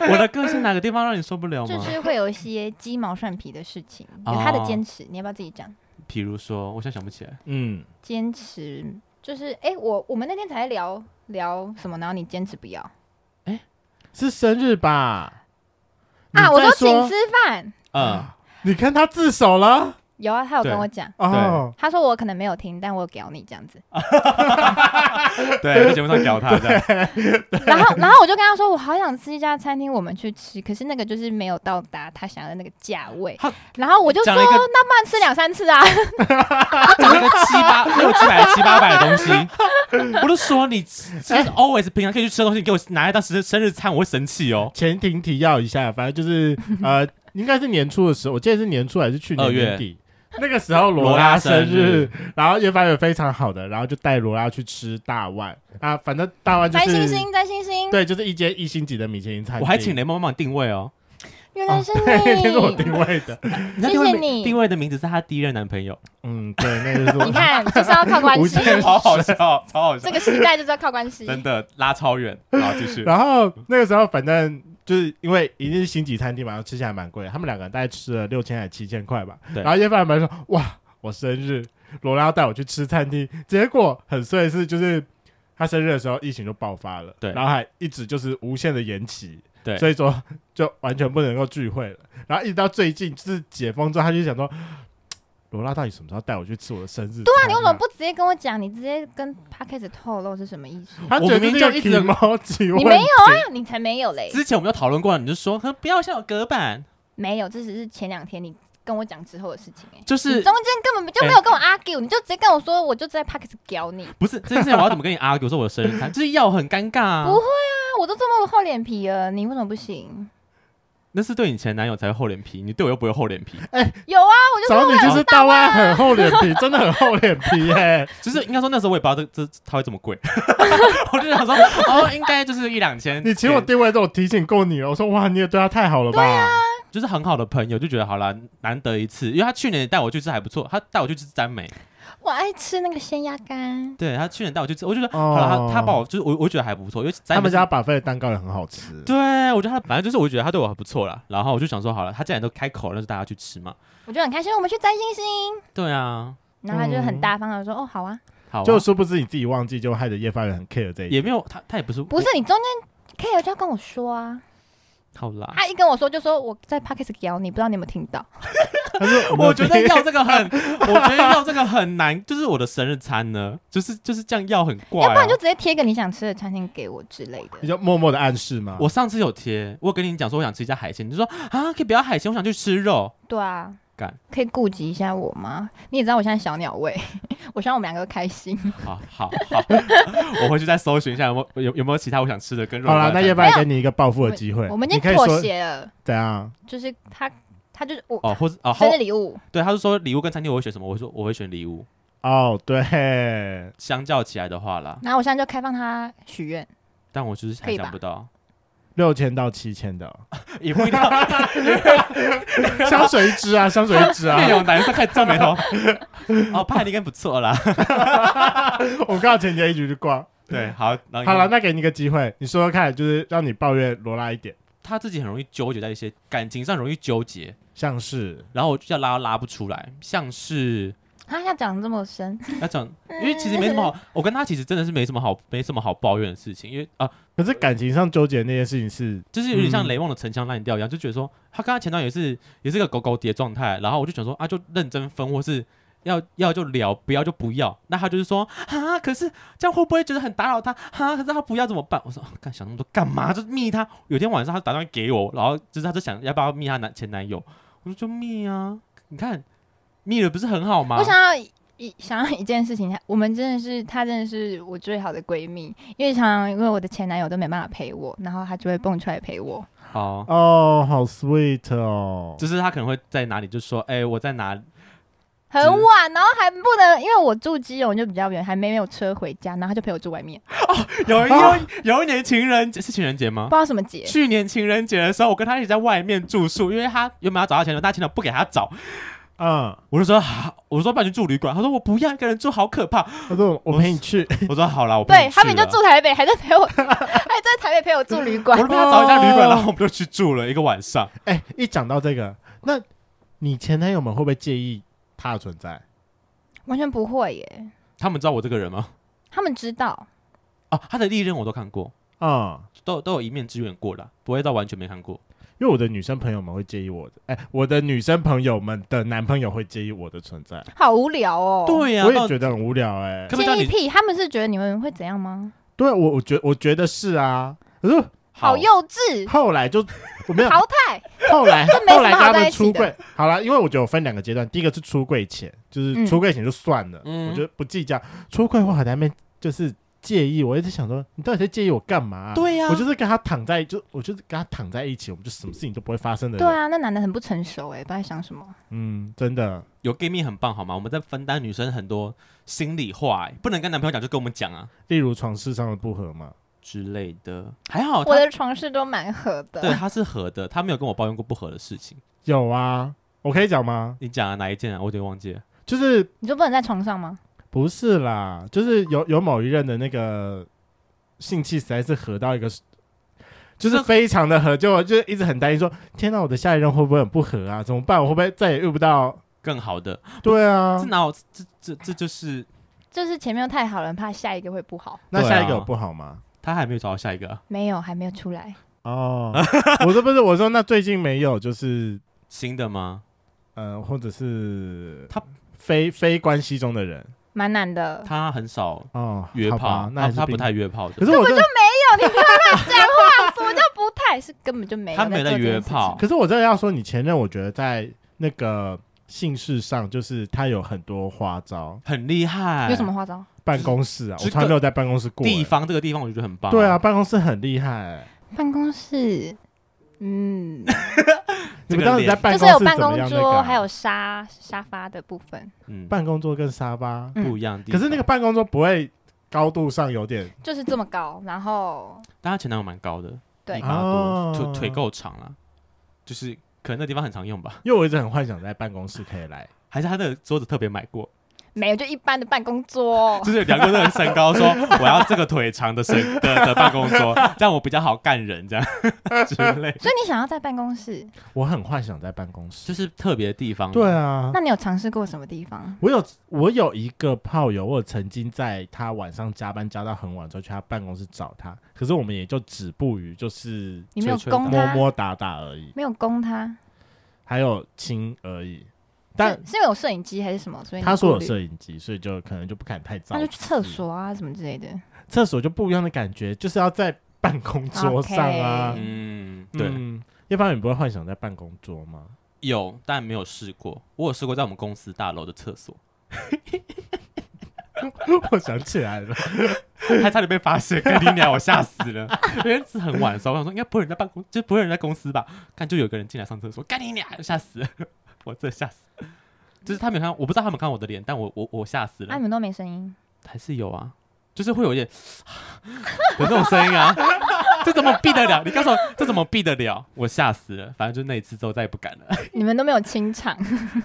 [SPEAKER 2] 我的个性哪个地方让你受不了
[SPEAKER 3] 就
[SPEAKER 2] 吗？
[SPEAKER 3] 是会有一些鸡毛蒜皮的事情，有他
[SPEAKER 1] 哦
[SPEAKER 3] 的坚持，你要不要自己讲？
[SPEAKER 2] 比如说，我现在想不起来，
[SPEAKER 1] 嗯，
[SPEAKER 3] 坚持就是，哎、我我们那天才聊聊什么，然后你坚持不要
[SPEAKER 1] 是生日吧？你
[SPEAKER 3] 啊？我
[SPEAKER 1] 在
[SPEAKER 3] 说请
[SPEAKER 1] 说
[SPEAKER 3] 吃饭，
[SPEAKER 2] 嗯，
[SPEAKER 1] 你看他自首了
[SPEAKER 3] 有啊，他有跟
[SPEAKER 2] 对
[SPEAKER 3] 我讲，
[SPEAKER 1] 哦，
[SPEAKER 3] 他说我可能没有听，但我有屌你这样子，
[SPEAKER 2] 对，在节目上屌他这样，
[SPEAKER 3] 然后然后我就跟他说，我好想吃一家餐厅，我们去吃，可是那个就是没有到达他想要的那个价位
[SPEAKER 2] 他，
[SPEAKER 3] 然后我就说
[SPEAKER 2] 讲了一个
[SPEAKER 3] 那不然吃两三次啊，
[SPEAKER 2] 讲那个七 八六七百七八百的东西，我就说你这
[SPEAKER 3] 哎
[SPEAKER 2] always 平常可以去吃的东西，你给我拿来当生生日餐，我会生气哦。
[SPEAKER 1] 前庭提要一下，反正就是 呃，应该是年初的时候，我记得是年初还是去
[SPEAKER 2] 二
[SPEAKER 1] 年
[SPEAKER 2] 月
[SPEAKER 1] 年底。那个时候罗
[SPEAKER 2] 罗
[SPEAKER 1] 拉
[SPEAKER 2] 拉
[SPEAKER 1] 生
[SPEAKER 2] 生
[SPEAKER 1] 日
[SPEAKER 2] 日，
[SPEAKER 1] 然后叶凡也非常好的，然后就带罗拉去吃大碗啊，反正大碗就
[SPEAKER 3] 摘
[SPEAKER 1] 是
[SPEAKER 3] 星星摘星星，
[SPEAKER 1] 对，就是一间一星级的米其林餐厅。
[SPEAKER 2] 我还请雷蒙帮忙定位哦，
[SPEAKER 3] 原来是
[SPEAKER 1] 对，这是我
[SPEAKER 3] 你，
[SPEAKER 1] 定位的。
[SPEAKER 2] 那定位
[SPEAKER 3] 谢谢你
[SPEAKER 2] 定位的名字是他第一任男朋友，
[SPEAKER 1] 嗯，对，那就是我。
[SPEAKER 3] 你看就是要靠关
[SPEAKER 1] 无
[SPEAKER 3] 系，
[SPEAKER 1] 间
[SPEAKER 2] 好好笑，超好
[SPEAKER 3] 这个时代就是要靠关系，
[SPEAKER 2] 真的拉超远，好继续。
[SPEAKER 1] 然后那个时候，反正就是因为一定是星级餐厅嘛，然后吃起来蛮贵的，他们两个人大概吃了六千还七千块吧。
[SPEAKER 2] 对
[SPEAKER 1] 然后叶凡凡说：“哇，我生日，罗拉要带我去吃餐厅。”结果很碎的是，就是他生日的时候疫情就爆发了，
[SPEAKER 2] 对
[SPEAKER 1] 然后还一直就是无限的延期。
[SPEAKER 2] 对
[SPEAKER 1] 所以说就完全不能够聚会了。然后一直到最近就是解封之后，他就想说，罗拉到底什么时候带我去吃我的生日餐啊？对
[SPEAKER 3] 那你为什么不直接跟我讲？你直接跟 p a c k e t 透露是什么意思？
[SPEAKER 1] 他
[SPEAKER 2] 我
[SPEAKER 1] 觉得
[SPEAKER 2] 明明就一直
[SPEAKER 1] 猫几
[SPEAKER 3] 你没有啊，你才没有嘞，
[SPEAKER 2] 之前我们就讨论过了，你就说呵不要像有隔板，
[SPEAKER 3] 没有，这只是前两天你跟我讲之后的事情哎、欸。
[SPEAKER 2] 就是哎
[SPEAKER 3] 你中间根本就没有跟我 argue，、你就直接跟我说，我就在 p a c k e t 屌你。
[SPEAKER 2] 不是这件事情，我要怎么跟你 argue 说我的生日餐，就是要很尴尬啊
[SPEAKER 3] 不。会啊，我都这么厚脸皮了，你为什么不行？
[SPEAKER 2] 那是对你前男友才会厚脸皮，你对我又不会厚脸皮，
[SPEAKER 3] 有啊， 我就
[SPEAKER 1] 找
[SPEAKER 3] 说
[SPEAKER 1] 你就是大外很厚脸皮，真的很厚脸皮耶、
[SPEAKER 2] 就是应该说那时候我也不知道这这它会这么贵，我就想说哦，应该就是一两千。
[SPEAKER 1] 你请我定位之后，我提醒过你了，我说哇，你也对他啊太好了吧？
[SPEAKER 2] 就是很好的朋友，就觉得好啦，难得一次，因为他去年也带我去吃还不错，他带我去吃詹美，
[SPEAKER 3] 我爱吃那个鲜鸭肝，
[SPEAKER 2] 对他去年带我去吃，我就觉得
[SPEAKER 1] 哦
[SPEAKER 2] 好了，他他把我就是我我觉得还不错，因为
[SPEAKER 1] 他
[SPEAKER 2] 詹美
[SPEAKER 1] 们
[SPEAKER 2] 是
[SPEAKER 1] 家把费的蛋糕也很好吃。
[SPEAKER 2] 对，我觉得他反正就是我觉得他对我还不错啦，然后我就想说好了，他既然都开口了，那就大家去吃嘛。
[SPEAKER 3] 我就很开心，我们去摘星星。
[SPEAKER 2] 对啊，
[SPEAKER 3] 然后他就很大方的说：“哦，好啊。
[SPEAKER 2] 好啊，
[SPEAKER 1] 就殊不知你自己忘记，就害得叶发源很 care 这一点。
[SPEAKER 2] 也没有他他也不是”
[SPEAKER 3] 不是你中间 care 就要跟我说
[SPEAKER 1] 嗯
[SPEAKER 3] 啊，
[SPEAKER 2] 好啦，
[SPEAKER 3] 他一跟我说就说我在 p a c k e t 屌你，不知道你有没有听到？
[SPEAKER 1] 他 说
[SPEAKER 2] 我觉得要这个很，我觉得要这个很难，就是我的生日餐呢，就是就是这样要很怪、
[SPEAKER 3] 要不
[SPEAKER 2] 啊
[SPEAKER 3] 然就。直接贴个你想吃的餐厅给我之类的
[SPEAKER 1] 你。就默默的暗示吗？
[SPEAKER 2] 我上次有贴，我有跟你讲说我想吃一家海鲜，你就说啊可以不要海鲜，我想去吃肉。
[SPEAKER 3] 对啊
[SPEAKER 2] 干，
[SPEAKER 3] 可以顾及一下我吗？你也知道我现在小鸟胃， 我希望我们两个开心。
[SPEAKER 2] 好啊好 好，我回去再搜寻一下有没有有有没有其他我想吃的跟肉有
[SPEAKER 1] 好
[SPEAKER 2] 关的
[SPEAKER 1] 了，那
[SPEAKER 2] 餐
[SPEAKER 1] 叶发源给你一个报复的机会，
[SPEAKER 3] 我们已
[SPEAKER 1] 你可
[SPEAKER 3] 经
[SPEAKER 1] 以
[SPEAKER 3] 妥
[SPEAKER 1] 说啊
[SPEAKER 3] 协了，
[SPEAKER 1] 怎样？
[SPEAKER 3] 就是他，他就是我、
[SPEAKER 2] 哦，或者哦，好
[SPEAKER 3] 生日礼物，
[SPEAKER 2] 对，他就说礼物跟餐厅我会选什么，我说我会选礼物。
[SPEAKER 1] 哦，对，
[SPEAKER 2] 相较起来的话啦，
[SPEAKER 3] 然后我现在就开放他许愿，
[SPEAKER 2] 但我就是
[SPEAKER 3] 可
[SPEAKER 2] 还
[SPEAKER 3] 以吧
[SPEAKER 2] 想不到，
[SPEAKER 1] 六千到七千 的哦
[SPEAKER 2] 也不一定啊 要
[SPEAKER 1] 香水一支啊，香水一支啊
[SPEAKER 2] 那。种男生开始皱眉 头。哦，帕尼根不错啦，
[SPEAKER 1] 我刚好前天一局去逛。
[SPEAKER 2] 对，好，然后
[SPEAKER 1] 好了，那给你一个机会，你说说看，就是让你抱怨罗拉一点，
[SPEAKER 2] 他自己很容易纠结在一些感情上容易纠结，
[SPEAKER 1] 像是
[SPEAKER 2] 然后我就要拉拉不出来，像是
[SPEAKER 3] 他要讲这么深，
[SPEAKER 2] 那种， 因为其实没
[SPEAKER 3] 哎
[SPEAKER 2] 什么 好，我跟他其实真的是没什么好没什么好抱怨的事情，因为啊、
[SPEAKER 1] 可是感情上纠结那件事情是，
[SPEAKER 2] 就是有点
[SPEAKER 1] 嗯
[SPEAKER 2] 像雷梦的城墙烂掉一样，就觉得说他跟他前男友也是也是个狗狗叠状态，然后我就想说啊，就认真分或是。要要就聊，不要就不要。那他就是说，啊，可是这样会不会觉得很打扰他？啊，可是他不要怎么办？我说，啊干、想那么多干嘛？就密他。有天晚上他打电话给我，然后就是他就想要不要密他男前男友，我说就密啊。你看密了不是很好吗？
[SPEAKER 3] 我想要一。一想要一件事情，我们真的是，她真的是我最好的闺蜜，因为常常因为我的前男友都没办法陪我，然后她就会蹦出来陪我。
[SPEAKER 2] 好，
[SPEAKER 1] 哦，好 sweet 哦，
[SPEAKER 2] 就是他可能会在哪里就说，哎、我在哪里
[SPEAKER 3] 很晚，然后还不能，因为我住基隆就比较远，还没有车回家，然后他就陪我住外面，
[SPEAKER 2] 有一
[SPEAKER 1] 啊
[SPEAKER 2] 有有一年情人节是情人节吗
[SPEAKER 3] 不知？道什么节。
[SPEAKER 2] 去年情人节的时候，我跟他一起在外面住宿，因为他原本要找他前男友，但他前男友不给他找，
[SPEAKER 1] 嗯，
[SPEAKER 2] 我就说好，我说不然去住旅馆，他说我不要一个人住，好可怕。
[SPEAKER 1] 他说我陪你去，
[SPEAKER 2] 我说好啦，我陪
[SPEAKER 3] 对
[SPEAKER 2] 你去
[SPEAKER 3] 他们就
[SPEAKER 2] 了
[SPEAKER 3] 住台北，还在 陪我，还在台北陪我住旅
[SPEAKER 2] 我
[SPEAKER 3] 馆
[SPEAKER 2] 就。陪他找一家旅
[SPEAKER 1] 哦
[SPEAKER 2] 馆，然后我们就去住了一个晚上。
[SPEAKER 1] 哎、一讲到这个，那你前男友们会不会介意他的存在？
[SPEAKER 3] 完全不会耶，
[SPEAKER 2] 他们知道我这个人吗？
[SPEAKER 3] 他们知道。
[SPEAKER 2] 啊，他的历任我都看过，
[SPEAKER 1] 嗯，
[SPEAKER 2] 都都有一面之缘过啦，不会到完全没看过。
[SPEAKER 1] 因为我的女生朋友们会介意我的，哎、我的女生朋友们的男朋友会介意我的存在，
[SPEAKER 3] 好无聊哦。，
[SPEAKER 2] 对呀、
[SPEAKER 1] 我
[SPEAKER 2] 到
[SPEAKER 1] 也觉得很无聊哎、
[SPEAKER 2] 可不可以叫
[SPEAKER 3] 建议
[SPEAKER 2] 你
[SPEAKER 3] 屁，他们是觉得你们会怎样吗？
[SPEAKER 1] 对我，我觉我觉得是啊，可是
[SPEAKER 3] 好幼 稚，
[SPEAKER 1] 后来就我没有，
[SPEAKER 3] 淘汰。
[SPEAKER 1] 后来
[SPEAKER 3] 这没什么
[SPEAKER 1] 后来跟他
[SPEAKER 3] 好在
[SPEAKER 1] 们
[SPEAKER 3] 一起
[SPEAKER 1] 出
[SPEAKER 3] 的
[SPEAKER 1] 柜，好了，因为我觉得我分两个阶段，第一个是出柜前，就是
[SPEAKER 3] 嗯
[SPEAKER 1] 出柜前就算了，
[SPEAKER 2] 嗯
[SPEAKER 1] 我觉得不计较。出柜后还在那边就是介意，我一直想说，你到底在介意我干嘛啊、
[SPEAKER 2] 对呀、
[SPEAKER 1] 我就是跟他躺在，就我就是跟他躺在一起，我们就什么事情都不会发生的
[SPEAKER 3] 对
[SPEAKER 1] 人。
[SPEAKER 3] 啊，那男的很不成熟哎，不知道在想什么。
[SPEAKER 2] 哦
[SPEAKER 1] 嗯，真的，
[SPEAKER 2] 有 gay 蜜很棒好吗？我们在分担女生很多心里话、欸，不能跟男朋友讲就跟我们讲啊
[SPEAKER 1] 例如床事上的不合嘛，
[SPEAKER 2] 之类的。还好
[SPEAKER 3] 我
[SPEAKER 2] 他
[SPEAKER 3] 的床事都蛮合
[SPEAKER 2] 对
[SPEAKER 3] 的，
[SPEAKER 2] 他是合的，他没有跟我抱怨过不合的事情。
[SPEAKER 1] 有啊，我可以讲吗？
[SPEAKER 2] 你讲啊哪一件啊？我有点忘记了。
[SPEAKER 1] 就是
[SPEAKER 3] 你就不能在床上吗？
[SPEAKER 1] 不是啦，就是有有某一任的那个性气实在是合到一个，就是非常的合，就就一直很担心说，天哪，我的下一任会不会很不合啊？怎么办？我会不会再也遇不到？
[SPEAKER 2] 更好的，
[SPEAKER 1] 对啊
[SPEAKER 3] 嗯
[SPEAKER 2] 这，哪有这这这就是
[SPEAKER 3] 就是前面又太好了，怕下一个会不好。
[SPEAKER 1] 那
[SPEAKER 2] 对啊
[SPEAKER 1] 下一个有不好吗？
[SPEAKER 2] 他还没有找到下一个啊
[SPEAKER 3] 没有，还没有出来。
[SPEAKER 1] 哦， 我说不是，我说那最近没有，就是
[SPEAKER 2] 新的吗？
[SPEAKER 1] 呃，或者是
[SPEAKER 2] 他
[SPEAKER 1] 非非关系中的人
[SPEAKER 3] 蛮难的，
[SPEAKER 2] 他很少
[SPEAKER 1] 哦，
[SPEAKER 2] 约
[SPEAKER 1] 好
[SPEAKER 2] 炮
[SPEAKER 1] 吧，那
[SPEAKER 2] 他
[SPEAKER 1] 还是
[SPEAKER 2] 他不
[SPEAKER 1] 并
[SPEAKER 2] 太约炮
[SPEAKER 1] 可
[SPEAKER 2] 的，
[SPEAKER 1] 是我真的，
[SPEAKER 3] 什么叫不太是根本就没有
[SPEAKER 2] 他没有在
[SPEAKER 3] 在做这件
[SPEAKER 2] 约
[SPEAKER 3] 事情
[SPEAKER 2] 炮，
[SPEAKER 1] 可是我真的要说，你前任，我觉得在那个性事上，就是他有很多花招。
[SPEAKER 2] 很厉害。
[SPEAKER 3] 有什么花招？
[SPEAKER 1] 办公室啊，
[SPEAKER 2] 就是
[SPEAKER 1] 我从来没有在办公室过、
[SPEAKER 2] 地
[SPEAKER 1] 欸
[SPEAKER 2] 方？这个地方我觉得很棒。
[SPEAKER 1] 对啊，，办公室很厉害、欸。
[SPEAKER 3] 办公室，嗯，
[SPEAKER 1] 你
[SPEAKER 2] 这个
[SPEAKER 1] 们当时
[SPEAKER 2] 脸
[SPEAKER 1] 在办公
[SPEAKER 3] 就是
[SPEAKER 1] 室
[SPEAKER 3] 有
[SPEAKER 1] 怎么样、
[SPEAKER 3] 办
[SPEAKER 1] 那
[SPEAKER 3] 公桌，
[SPEAKER 1] 个啊
[SPEAKER 3] 还有沙沙发的部分，
[SPEAKER 2] 嗯，
[SPEAKER 1] 办公桌跟沙发，
[SPEAKER 3] 嗯
[SPEAKER 2] 不一样的地
[SPEAKER 1] 可
[SPEAKER 2] 方。
[SPEAKER 1] 是那个办公桌不会高度上有点
[SPEAKER 3] 就是这么高，然后
[SPEAKER 2] 但他前男友蛮高的，
[SPEAKER 3] 对
[SPEAKER 2] 一八多，腿
[SPEAKER 1] 哦
[SPEAKER 2] 腿够长了，就是可能那地方很常用吧。
[SPEAKER 1] 因为我一直很幻想在办公室可以来，
[SPEAKER 2] 还是他的桌子特别买过，，
[SPEAKER 3] 没有就一般的办公桌
[SPEAKER 2] 就是量过那个身高，说我要这个腿长的身的的办公桌，这样我比较好干人，这样之类，
[SPEAKER 3] 所以你想要在办公室，
[SPEAKER 1] 我很幻想在办公室。
[SPEAKER 2] 就是特别的地方。
[SPEAKER 1] 对，啊，
[SPEAKER 3] 那你有尝试过什么地方？
[SPEAKER 1] 我有我有一个炮友，我有曾经在他晚上加班加到很晚之后去他办公室找他，可是我们也就止步于就是
[SPEAKER 3] 你没有
[SPEAKER 2] 捶捶打
[SPEAKER 3] 攻
[SPEAKER 1] 摸
[SPEAKER 3] 他，
[SPEAKER 1] 摸打打而已，
[SPEAKER 3] 没有攻他，
[SPEAKER 1] 还有亲而已。但
[SPEAKER 3] 是是因为有摄影机还是什么？所以你
[SPEAKER 1] 他说有
[SPEAKER 3] 顾虑，
[SPEAKER 1] 摄影机，所以就可能就不敢太早。
[SPEAKER 3] 那就去厕，所啊什么之类的。
[SPEAKER 1] 厕所就不一样的感觉，就是要在办 公桌上啊。
[SPEAKER 3] OK
[SPEAKER 2] 嗯，对，
[SPEAKER 1] 嗯，一般你不会幻想在办公桌 吗？
[SPEAKER 2] 有，但没有试过。我有试过在我们公司大楼的厕 所，
[SPEAKER 1] 我想起来了，
[SPEAKER 2] 还差点被发现，跟你娘，我吓死了。因为是很晚的时候，我想说应该不会有人在办公，就不会有人在公司吧？看就有个人进来上厕所，干你娘，吓死了！ 我真的吓死了。就是他没有看，我不知道他们看我的脸，但我我我吓死
[SPEAKER 3] 啊，
[SPEAKER 2] 了
[SPEAKER 3] 你，们都没声音，
[SPEAKER 2] 还是有啊，就是会有一点 有那种声音啊， 这怎么避得了？你告诉我这怎么避得了？我吓死了，反正就那一次之后再也不敢了。
[SPEAKER 3] 你们都没有 清场，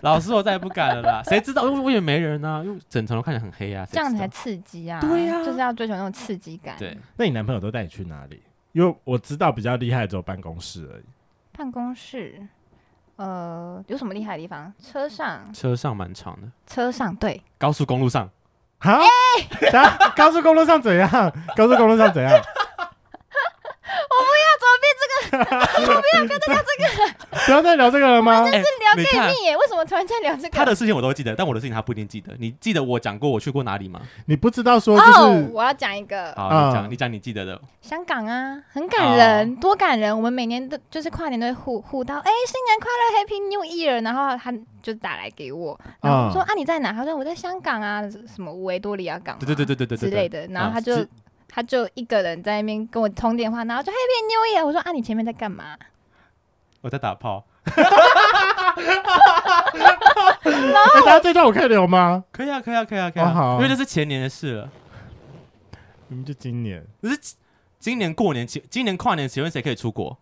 [SPEAKER 2] 老师，我再也不敢了啦。谁知道？我我也没人啊，因为整层楼看起来很黑啊，谁
[SPEAKER 3] 这样
[SPEAKER 2] 知
[SPEAKER 3] 才
[SPEAKER 2] 道
[SPEAKER 3] 刺激啊！
[SPEAKER 2] 对啊
[SPEAKER 3] 就是要追求那种刺激感。
[SPEAKER 2] 对，。
[SPEAKER 1] 那你男朋友都带你去哪里？因为我知道比较厉害只有办公室而已。
[SPEAKER 3] 办公室，呃，有什么厉害的地方？车上，
[SPEAKER 2] 车上蛮长的，
[SPEAKER 3] 车上，对，
[SPEAKER 2] 高速公路上。
[SPEAKER 1] 哈，
[SPEAKER 3] 哎
[SPEAKER 1] 啥？高速公路上怎样？高速公路上 怎样？ 不要再聊这个了吗？
[SPEAKER 2] 哎
[SPEAKER 3] 聊
[SPEAKER 2] 你
[SPEAKER 3] 概
[SPEAKER 2] 看
[SPEAKER 3] 念耶，为什么突然间聊这个？
[SPEAKER 2] 他的事情我都会记得，但我的事情他不一定记得。你记得我讲过我去过哪里吗？
[SPEAKER 1] 你不知道说就
[SPEAKER 3] 哦，
[SPEAKER 1] 是
[SPEAKER 3] 我要讲一个
[SPEAKER 2] 好，
[SPEAKER 1] 嗯
[SPEAKER 2] 你讲，你讲你记得的。
[SPEAKER 3] 香港啊，很感
[SPEAKER 2] 哦
[SPEAKER 3] 人，多感人！我们每年都就是跨年都会互互到，哎、新年快乐，Happy New Year，然后他就打来给我，然后我说、
[SPEAKER 1] 嗯
[SPEAKER 3] 啊你在哪？他说我在香港啊，什么维多利亚港、啊，
[SPEAKER 2] 对对对对对对
[SPEAKER 3] 之
[SPEAKER 2] 对
[SPEAKER 3] 类的，然后
[SPEAKER 2] 啊。
[SPEAKER 3] 他就是他就一个人在那边跟我通电话，然后就 Happy New Year。我说啊，你前面在干嘛？
[SPEAKER 2] 我在打炮，
[SPEAKER 1] 哎、大家这段我可以留吗？
[SPEAKER 2] 可以啊，可以啊，可以啊，可以
[SPEAKER 1] 哦好
[SPEAKER 2] 啊，因为这是前年的事了。
[SPEAKER 1] 你们就今年
[SPEAKER 2] 可是今今年过年，请今年跨年，请问谁可以出国？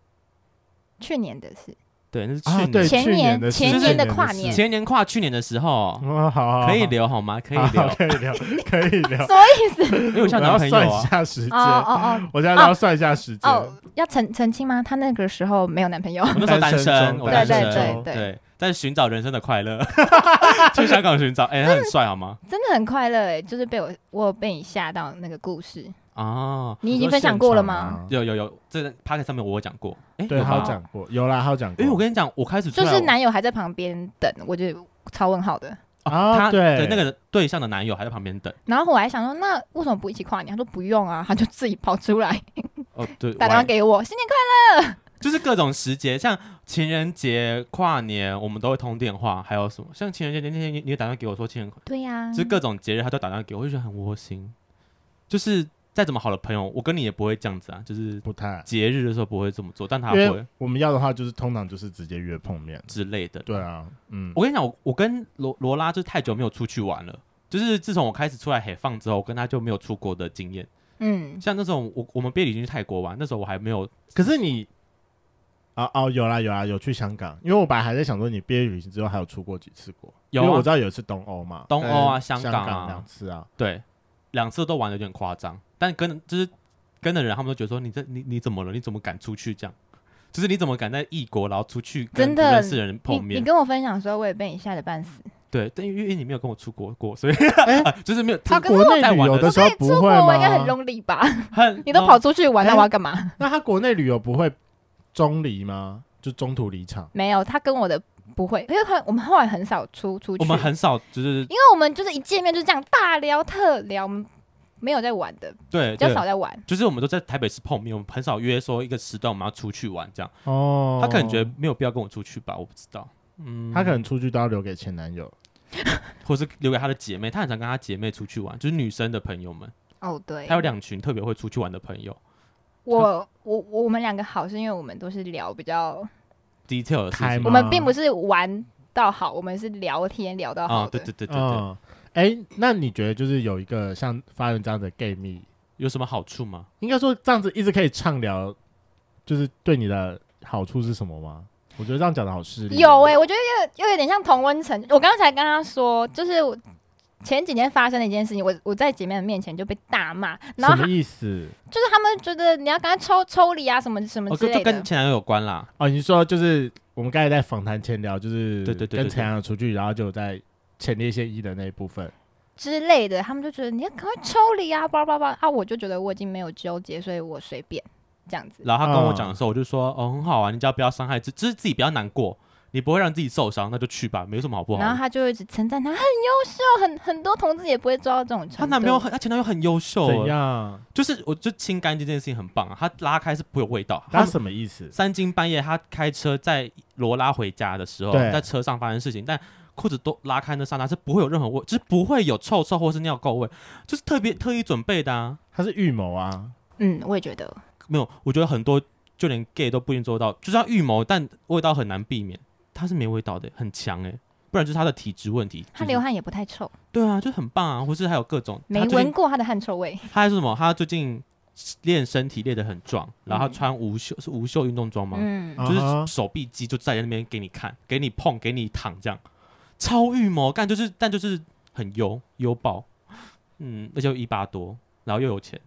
[SPEAKER 3] 去年的 事，
[SPEAKER 2] 对，那是去
[SPEAKER 1] 啊，对，
[SPEAKER 2] 年、
[SPEAKER 3] 前
[SPEAKER 1] 去年
[SPEAKER 3] 年
[SPEAKER 1] 的事
[SPEAKER 3] 前
[SPEAKER 1] 去
[SPEAKER 2] 年
[SPEAKER 1] 的
[SPEAKER 3] 的跨
[SPEAKER 1] 事
[SPEAKER 3] 年
[SPEAKER 2] 前年跨去年的时候，
[SPEAKER 1] 哦，好好，好
[SPEAKER 2] 可以聊好吗？可以
[SPEAKER 1] 啊好
[SPEAKER 2] 聊，
[SPEAKER 1] 可以聊，可以聊
[SPEAKER 2] 哦
[SPEAKER 3] 什。么 意思？
[SPEAKER 2] 因为我像
[SPEAKER 1] 我
[SPEAKER 2] 男
[SPEAKER 1] 要
[SPEAKER 2] 朋
[SPEAKER 1] 算
[SPEAKER 2] 友
[SPEAKER 1] 一
[SPEAKER 2] 啊，
[SPEAKER 1] 下时间
[SPEAKER 3] 哦，哦
[SPEAKER 1] 我现在要算一下时
[SPEAKER 3] 哦
[SPEAKER 1] 间。
[SPEAKER 3] 哦，要澄澄清吗？他那个时候没有男朋友，
[SPEAKER 2] 我那时候单
[SPEAKER 1] 单身
[SPEAKER 2] 身，
[SPEAKER 1] 中
[SPEAKER 2] 我单
[SPEAKER 3] 对对
[SPEAKER 2] 身，
[SPEAKER 3] 对对
[SPEAKER 2] 对，在寻找人生的快 乐，去香港寻找，哎，他很帅好吗？
[SPEAKER 3] 真的很快乐哎，就是被我我有被你吓到那个故事，
[SPEAKER 2] 哦，
[SPEAKER 3] 你已经分享过了吗？
[SPEAKER 1] 吗？
[SPEAKER 2] 有有有，这个 p a r k 上面我有讲过，哎，
[SPEAKER 1] 对，
[SPEAKER 2] 有
[SPEAKER 1] 他
[SPEAKER 2] 吧
[SPEAKER 1] 有讲过，有啦，他有讲过。
[SPEAKER 2] 因为我跟你讲，我开始出
[SPEAKER 3] 就
[SPEAKER 2] 来
[SPEAKER 3] 是
[SPEAKER 2] 我
[SPEAKER 3] 男友还在旁边等，我就超问号的。
[SPEAKER 1] 啊
[SPEAKER 2] 他
[SPEAKER 1] 对
[SPEAKER 2] 那个对象的男友还在旁边等，
[SPEAKER 3] 然后我还想说，那为什么不一起跨年？他说不用啊，他就自己跑 出来
[SPEAKER 2] 哦，对，
[SPEAKER 3] 打电话
[SPEAKER 2] 完
[SPEAKER 3] 给我，新年快
[SPEAKER 2] 就是各种时节，像情人节、跨年，我们都会通电话，还有什么？像情人节那天，你你也打电话给我说情人快，
[SPEAKER 3] 乐。对呀、
[SPEAKER 1] 嗯
[SPEAKER 2] 就是各种节日他都打电话给我，我就觉得很窝心。就是再怎么好的朋友，我跟你也不会这样子啊，就是
[SPEAKER 1] 不太，
[SPEAKER 2] 节日的时候不会这么做，但他
[SPEAKER 1] 因为
[SPEAKER 2] 会
[SPEAKER 1] 我们要的话就是通常就是直接约碰面。
[SPEAKER 2] 之类的。
[SPEAKER 1] 对啊，嗯，
[SPEAKER 2] 我跟你讲，我我跟罗罗拉就是太久没有出去玩了。就是自从我开始出来海放之后，我跟他就没有出国的经验。
[SPEAKER 3] 嗯，
[SPEAKER 2] 像那种我我们毕业旅行去泰国玩，那时候我还没有
[SPEAKER 1] 可是你。哦哦，有啦有啦，有去香港，因为我本来还在想说你毕业旅行之后还有出过几次国，
[SPEAKER 2] 有
[SPEAKER 1] 因为
[SPEAKER 2] 啊
[SPEAKER 1] 我知道有一次东欧嘛，
[SPEAKER 2] 东欧啊
[SPEAKER 1] 跟
[SPEAKER 2] 香
[SPEAKER 1] 香
[SPEAKER 2] 港啊
[SPEAKER 1] 两次啊，
[SPEAKER 2] 对，两次都玩的有点夸张，但跟就是跟的人，他们都觉得说你这你你怎么了？你怎么敢出去这样？就是你怎么敢在异国然后出去跟
[SPEAKER 3] 真
[SPEAKER 2] 不
[SPEAKER 3] 的
[SPEAKER 2] 认识的人
[SPEAKER 3] 你
[SPEAKER 2] 碰
[SPEAKER 3] 你
[SPEAKER 2] 面？
[SPEAKER 3] 跟我分享的时候，我也被你吓得半死。
[SPEAKER 2] 对，但因为因为你没有跟我出国过，所以、
[SPEAKER 3] 哎
[SPEAKER 2] 啊就是没有
[SPEAKER 1] 他
[SPEAKER 2] 就是
[SPEAKER 1] 国内
[SPEAKER 2] 在
[SPEAKER 1] 旅
[SPEAKER 2] 玩
[SPEAKER 1] 游
[SPEAKER 2] 的
[SPEAKER 1] 时候不
[SPEAKER 3] 出国
[SPEAKER 1] 会
[SPEAKER 3] 我应该很
[SPEAKER 1] 吗？
[SPEAKER 3] lonely 吧？
[SPEAKER 2] 很
[SPEAKER 3] 你都跑
[SPEAKER 2] 哦
[SPEAKER 3] 出去玩，
[SPEAKER 1] 哎
[SPEAKER 3] 那我要干嘛？
[SPEAKER 1] 那他国内旅游不会中离吗？就中途离场？
[SPEAKER 3] 没有，他跟我的不会，因为他我们后来很少出出去，
[SPEAKER 2] 我们很少就是
[SPEAKER 3] 因为我们就是一见面就这样大聊特聊，我们没有在玩的，
[SPEAKER 2] 对
[SPEAKER 3] 比较
[SPEAKER 2] 对
[SPEAKER 3] 少，在玩。
[SPEAKER 2] 就是我们都在台北市碰面，我们很少约说一个时段我们要出去玩这样。
[SPEAKER 1] 哦，
[SPEAKER 2] 他可能觉得没有必要跟我出去吧，我不知道。嗯，
[SPEAKER 1] 他可能出去都要留给前男友。
[SPEAKER 2] 或是留给他的姐妹，他很常跟他姐妹出去玩，就是女生的朋友们，
[SPEAKER 3] 哦，对
[SPEAKER 2] 他有两群特别会出去玩的朋友。
[SPEAKER 3] 我我我们两个好是因为我们都是聊比较，
[SPEAKER 2] detail 的事
[SPEAKER 1] 开
[SPEAKER 2] 情
[SPEAKER 1] 吗
[SPEAKER 3] 我们并不是玩到好，我们是聊天聊到
[SPEAKER 2] 啊、
[SPEAKER 3] 好
[SPEAKER 2] 对
[SPEAKER 3] 的。
[SPEAKER 2] 对对对对，
[SPEAKER 1] 嗯，哎、那你觉得就是有一个像发源这样的 gay 蜜，
[SPEAKER 2] 有什么好处吗？
[SPEAKER 1] 应该说这样子一直可以畅聊，就是对你的好处是什么吗？我觉得这样讲的好势利。
[SPEAKER 3] 有哎、我觉得又又有点像同温层。我刚才跟他说，就是我前几天发生的一件事情，我我在姐妹们面前就被大骂，然
[SPEAKER 1] 什
[SPEAKER 3] 后他
[SPEAKER 1] 么意思？
[SPEAKER 3] 就是他们觉得你要跟他抽抽离啊，什么什么
[SPEAKER 2] 哦，
[SPEAKER 3] 之
[SPEAKER 2] 跟
[SPEAKER 3] 类
[SPEAKER 2] 这
[SPEAKER 3] 的。
[SPEAKER 2] 跟前男友有关啦。
[SPEAKER 1] 哦，你说就是我们刚才在访谈前聊，就是
[SPEAKER 2] 对对对对
[SPEAKER 1] 跟
[SPEAKER 2] 对
[SPEAKER 1] 陈阳出去，然后就有在前列腺一的那一部分。
[SPEAKER 3] 之类的，他们就觉得你要赶快抽离啊，叭叭叭啊！我就觉得我已经没有纠结，所以我随便这样子。
[SPEAKER 2] 然后他跟我
[SPEAKER 1] 嗯
[SPEAKER 2] 讲的时候，我就说，哦，很好啊，你只要不要伤害自，就是自己不要难过，你不会让自己受伤，那就去吧，没什么好不好
[SPEAKER 3] 然后
[SPEAKER 2] 的。
[SPEAKER 3] 他就一直称赞他很优秀，很很多同志也不会做到这种程度。
[SPEAKER 2] 她男朋友很，她前男友很优秀
[SPEAKER 1] 怎
[SPEAKER 2] 哦，
[SPEAKER 1] 样？
[SPEAKER 2] 就是我就清干净这件事情很棒啊，他拉开是不会有味道。
[SPEAKER 1] 他
[SPEAKER 2] 他
[SPEAKER 1] 什么意思？
[SPEAKER 2] 三更半夜，他开车在罗拉回家的时候，
[SPEAKER 1] 对
[SPEAKER 2] 在车上发生事情，但裤子都拉开那刹那是不会有任何味，就是不会有臭臭或是尿垢味，就是特别特意准备的啊。
[SPEAKER 1] 他是预谋啊。
[SPEAKER 3] 嗯，我也觉得
[SPEAKER 2] 没有，我觉得很多就连 gay 都不一定做到，就算预谋，但味道很难避免。他是没味道的，很强哎、不然就是他的体质问题。就是
[SPEAKER 3] 他流汗也不太臭，
[SPEAKER 2] 对啊，就很棒啊，或是还有各种。
[SPEAKER 3] 没
[SPEAKER 2] 他最
[SPEAKER 3] 闻
[SPEAKER 2] 近
[SPEAKER 3] 过他的汗臭味。
[SPEAKER 2] 他还说什么？他最近练身体练得很壮，然后
[SPEAKER 3] 嗯
[SPEAKER 2] 他穿无袖、是无袖运动装吗？
[SPEAKER 3] 嗯，
[SPEAKER 1] 啊
[SPEAKER 2] 就是
[SPEAKER 1] 哈
[SPEAKER 2] 手臂肌就在那边给你看，给你碰，给你躺这样，超预谋干就是但就是很优优爆，嗯，而且又一八多，然后又有钱，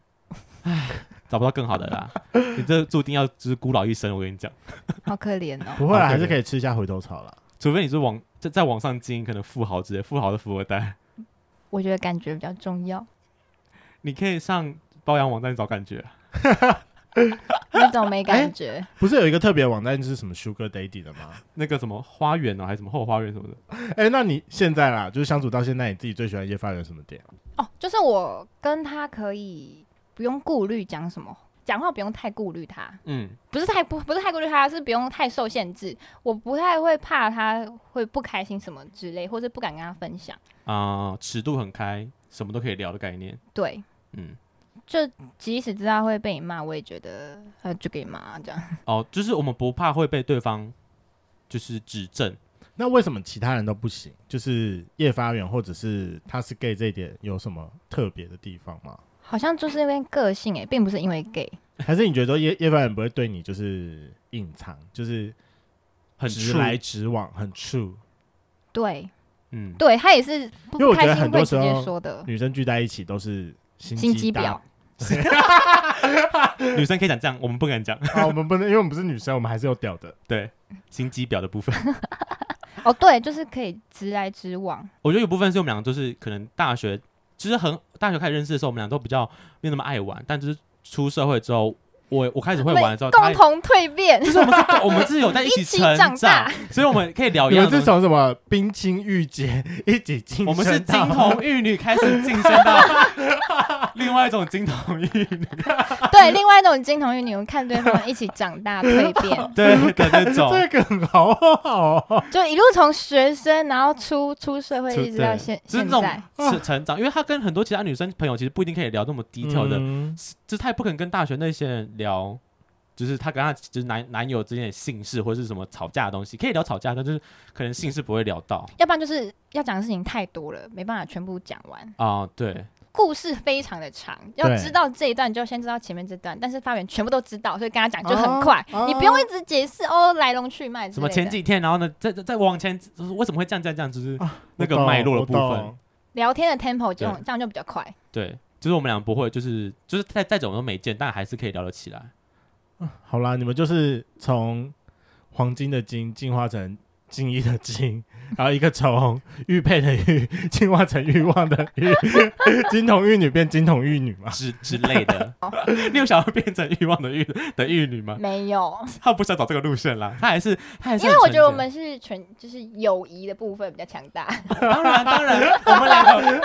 [SPEAKER 2] 唉，找不到更好的 啦，你这注定要就是孤老一生，我跟你讲，
[SPEAKER 3] 好可怜哦。
[SPEAKER 1] 不会啦，
[SPEAKER 2] 啊对
[SPEAKER 1] 还是可以吃一下回头草啦。
[SPEAKER 2] 除非你是往在在网上经营，可能富豪之类，富豪的富二代，
[SPEAKER 3] 我觉得感觉比较重要，
[SPEAKER 2] 你可以上包养网站找感觉，啊
[SPEAKER 3] 那种没
[SPEAKER 1] 哎
[SPEAKER 3] 感觉。
[SPEAKER 1] 不是有一个特别网站就是什么 Sugar Daddy 的吗？
[SPEAKER 2] 那个什么花园哦，还是什么后花园什么的，
[SPEAKER 1] 哎、那你现在啦，就是相处到现在，你自己最喜欢叶发源什么点？
[SPEAKER 3] 哦，就是我跟他可以不用顾虑讲什么，讲话不用太顾虑他。
[SPEAKER 2] 嗯，
[SPEAKER 3] 不是太不不是太顾虑他，是不用太受限制。我不太会怕他会不开心什么之类，或是不敢跟他分享。
[SPEAKER 2] 啊、尺度很开，什么都可以聊的概念，
[SPEAKER 3] 对，
[SPEAKER 2] 嗯。
[SPEAKER 3] 就即使知道会被你骂，我也觉得呃就给你骂这样。
[SPEAKER 2] 哦，就是我们不怕会被对方就是指正。
[SPEAKER 1] 那为什么其他人都不行？就是叶发源或者是他是 gay 这一点有什么特别的地方 吗？
[SPEAKER 3] 好像就是因为个性诶、并不是因为 gay。
[SPEAKER 1] 还是你觉得说叶叶发源不会对你就是隐藏，就是
[SPEAKER 2] 很
[SPEAKER 1] 直
[SPEAKER 2] 触
[SPEAKER 1] 来直往，很 true？
[SPEAKER 3] 对，
[SPEAKER 2] 嗯，
[SPEAKER 3] 对他也是不
[SPEAKER 1] 因为我觉
[SPEAKER 3] 开
[SPEAKER 1] 得
[SPEAKER 3] 心
[SPEAKER 1] 很多
[SPEAKER 3] 会
[SPEAKER 1] 时
[SPEAKER 3] 直
[SPEAKER 1] 候
[SPEAKER 3] 接说的。
[SPEAKER 1] 女生聚在一起都是心
[SPEAKER 3] 心
[SPEAKER 1] 机
[SPEAKER 3] 机
[SPEAKER 1] 大
[SPEAKER 3] 婊。
[SPEAKER 2] 女生可以讲这样，我们不敢讲。
[SPEAKER 1] 啊，我们不能，因为我们不是女生，我们还是有屌的。
[SPEAKER 2] 对，心机婊的部分，
[SPEAKER 3] 哦，对，就是可以直来直往。
[SPEAKER 2] 我觉得有部分是我们俩都是可能大学，其实很大学开始认识的时候，我们俩都比较没有那么爱玩，但就是出社会之后，我我开始会玩的时候，他
[SPEAKER 3] 共
[SPEAKER 2] 也
[SPEAKER 3] 同蜕变，
[SPEAKER 2] 就是我们是我们是有在一
[SPEAKER 3] 一
[SPEAKER 2] 起
[SPEAKER 3] 起
[SPEAKER 2] 成
[SPEAKER 3] 长大，
[SPEAKER 2] 所以我们可以哦聊一
[SPEAKER 1] 你们
[SPEAKER 2] 样的东
[SPEAKER 1] 是
[SPEAKER 2] 西。
[SPEAKER 1] 从什么冰清玉洁一起进，
[SPEAKER 2] 我们是金童玉女开始晋升到 另外一种金童玉女，
[SPEAKER 3] 对，另外一种金童玉女，我们看对方一起长大蜕 变，
[SPEAKER 2] 对的那种。
[SPEAKER 1] 这个很好好哦，
[SPEAKER 3] 就一路从学生，然后出出社会，
[SPEAKER 1] 出
[SPEAKER 3] 一直到
[SPEAKER 1] 对
[SPEAKER 3] 现
[SPEAKER 2] 就是
[SPEAKER 3] 现
[SPEAKER 2] 那种
[SPEAKER 3] 在。
[SPEAKER 2] 成成长，因为他跟很多其他女生朋友其实不一定可以聊那么低调的，
[SPEAKER 1] 嗯
[SPEAKER 2] 就是他也不可能跟大学那些人聊，就是他跟他就是男男友之间的姓氏或者是什么吵架的东西，可以聊吵架，但就是可能姓氏不会聊到
[SPEAKER 3] 要不然就是要讲的事情太多了，没办法全部讲完。
[SPEAKER 2] 啊、对，
[SPEAKER 3] 故事非常的长，要
[SPEAKER 1] 对
[SPEAKER 3] 知道这一段就先知道前面这段，但是发源全部都知道，所以跟他讲就很快，
[SPEAKER 1] 哦
[SPEAKER 3] 你不用一直解释哦来龙去脉之
[SPEAKER 2] 什
[SPEAKER 3] 类
[SPEAKER 2] 么
[SPEAKER 3] 的。
[SPEAKER 2] 前几天，然后呢，再再再往前，就是为什么会这样这样这样，就是
[SPEAKER 1] 啊
[SPEAKER 2] 那个
[SPEAKER 1] 我懂
[SPEAKER 2] 脉络的
[SPEAKER 1] 我
[SPEAKER 2] 部分
[SPEAKER 1] 懂
[SPEAKER 3] 聊天的 tempo 这种
[SPEAKER 2] 对
[SPEAKER 3] 这样就比较快。
[SPEAKER 2] 对，就是我们俩不会，就是就是再再怎么都没见，但还是可以聊得起来。
[SPEAKER 1] 好啦，你们就是从黄金的金进化成金一的金， 然后一个从玉佩的玉进化成欲望的欲， 金童玉女变金童玉女嘛。
[SPEAKER 2] 之之类的，
[SPEAKER 3] 哦
[SPEAKER 2] 你有想要变成欲望的欲的欲女吗？
[SPEAKER 3] 没有，
[SPEAKER 2] 他不想走这个路线啦，他还是他还是
[SPEAKER 3] 嗯因为我
[SPEAKER 2] 很
[SPEAKER 3] 觉得我
[SPEAKER 2] 诚
[SPEAKER 3] 们是纯就是友谊的部分比较强大。
[SPEAKER 2] 恳当然当然，我们两个，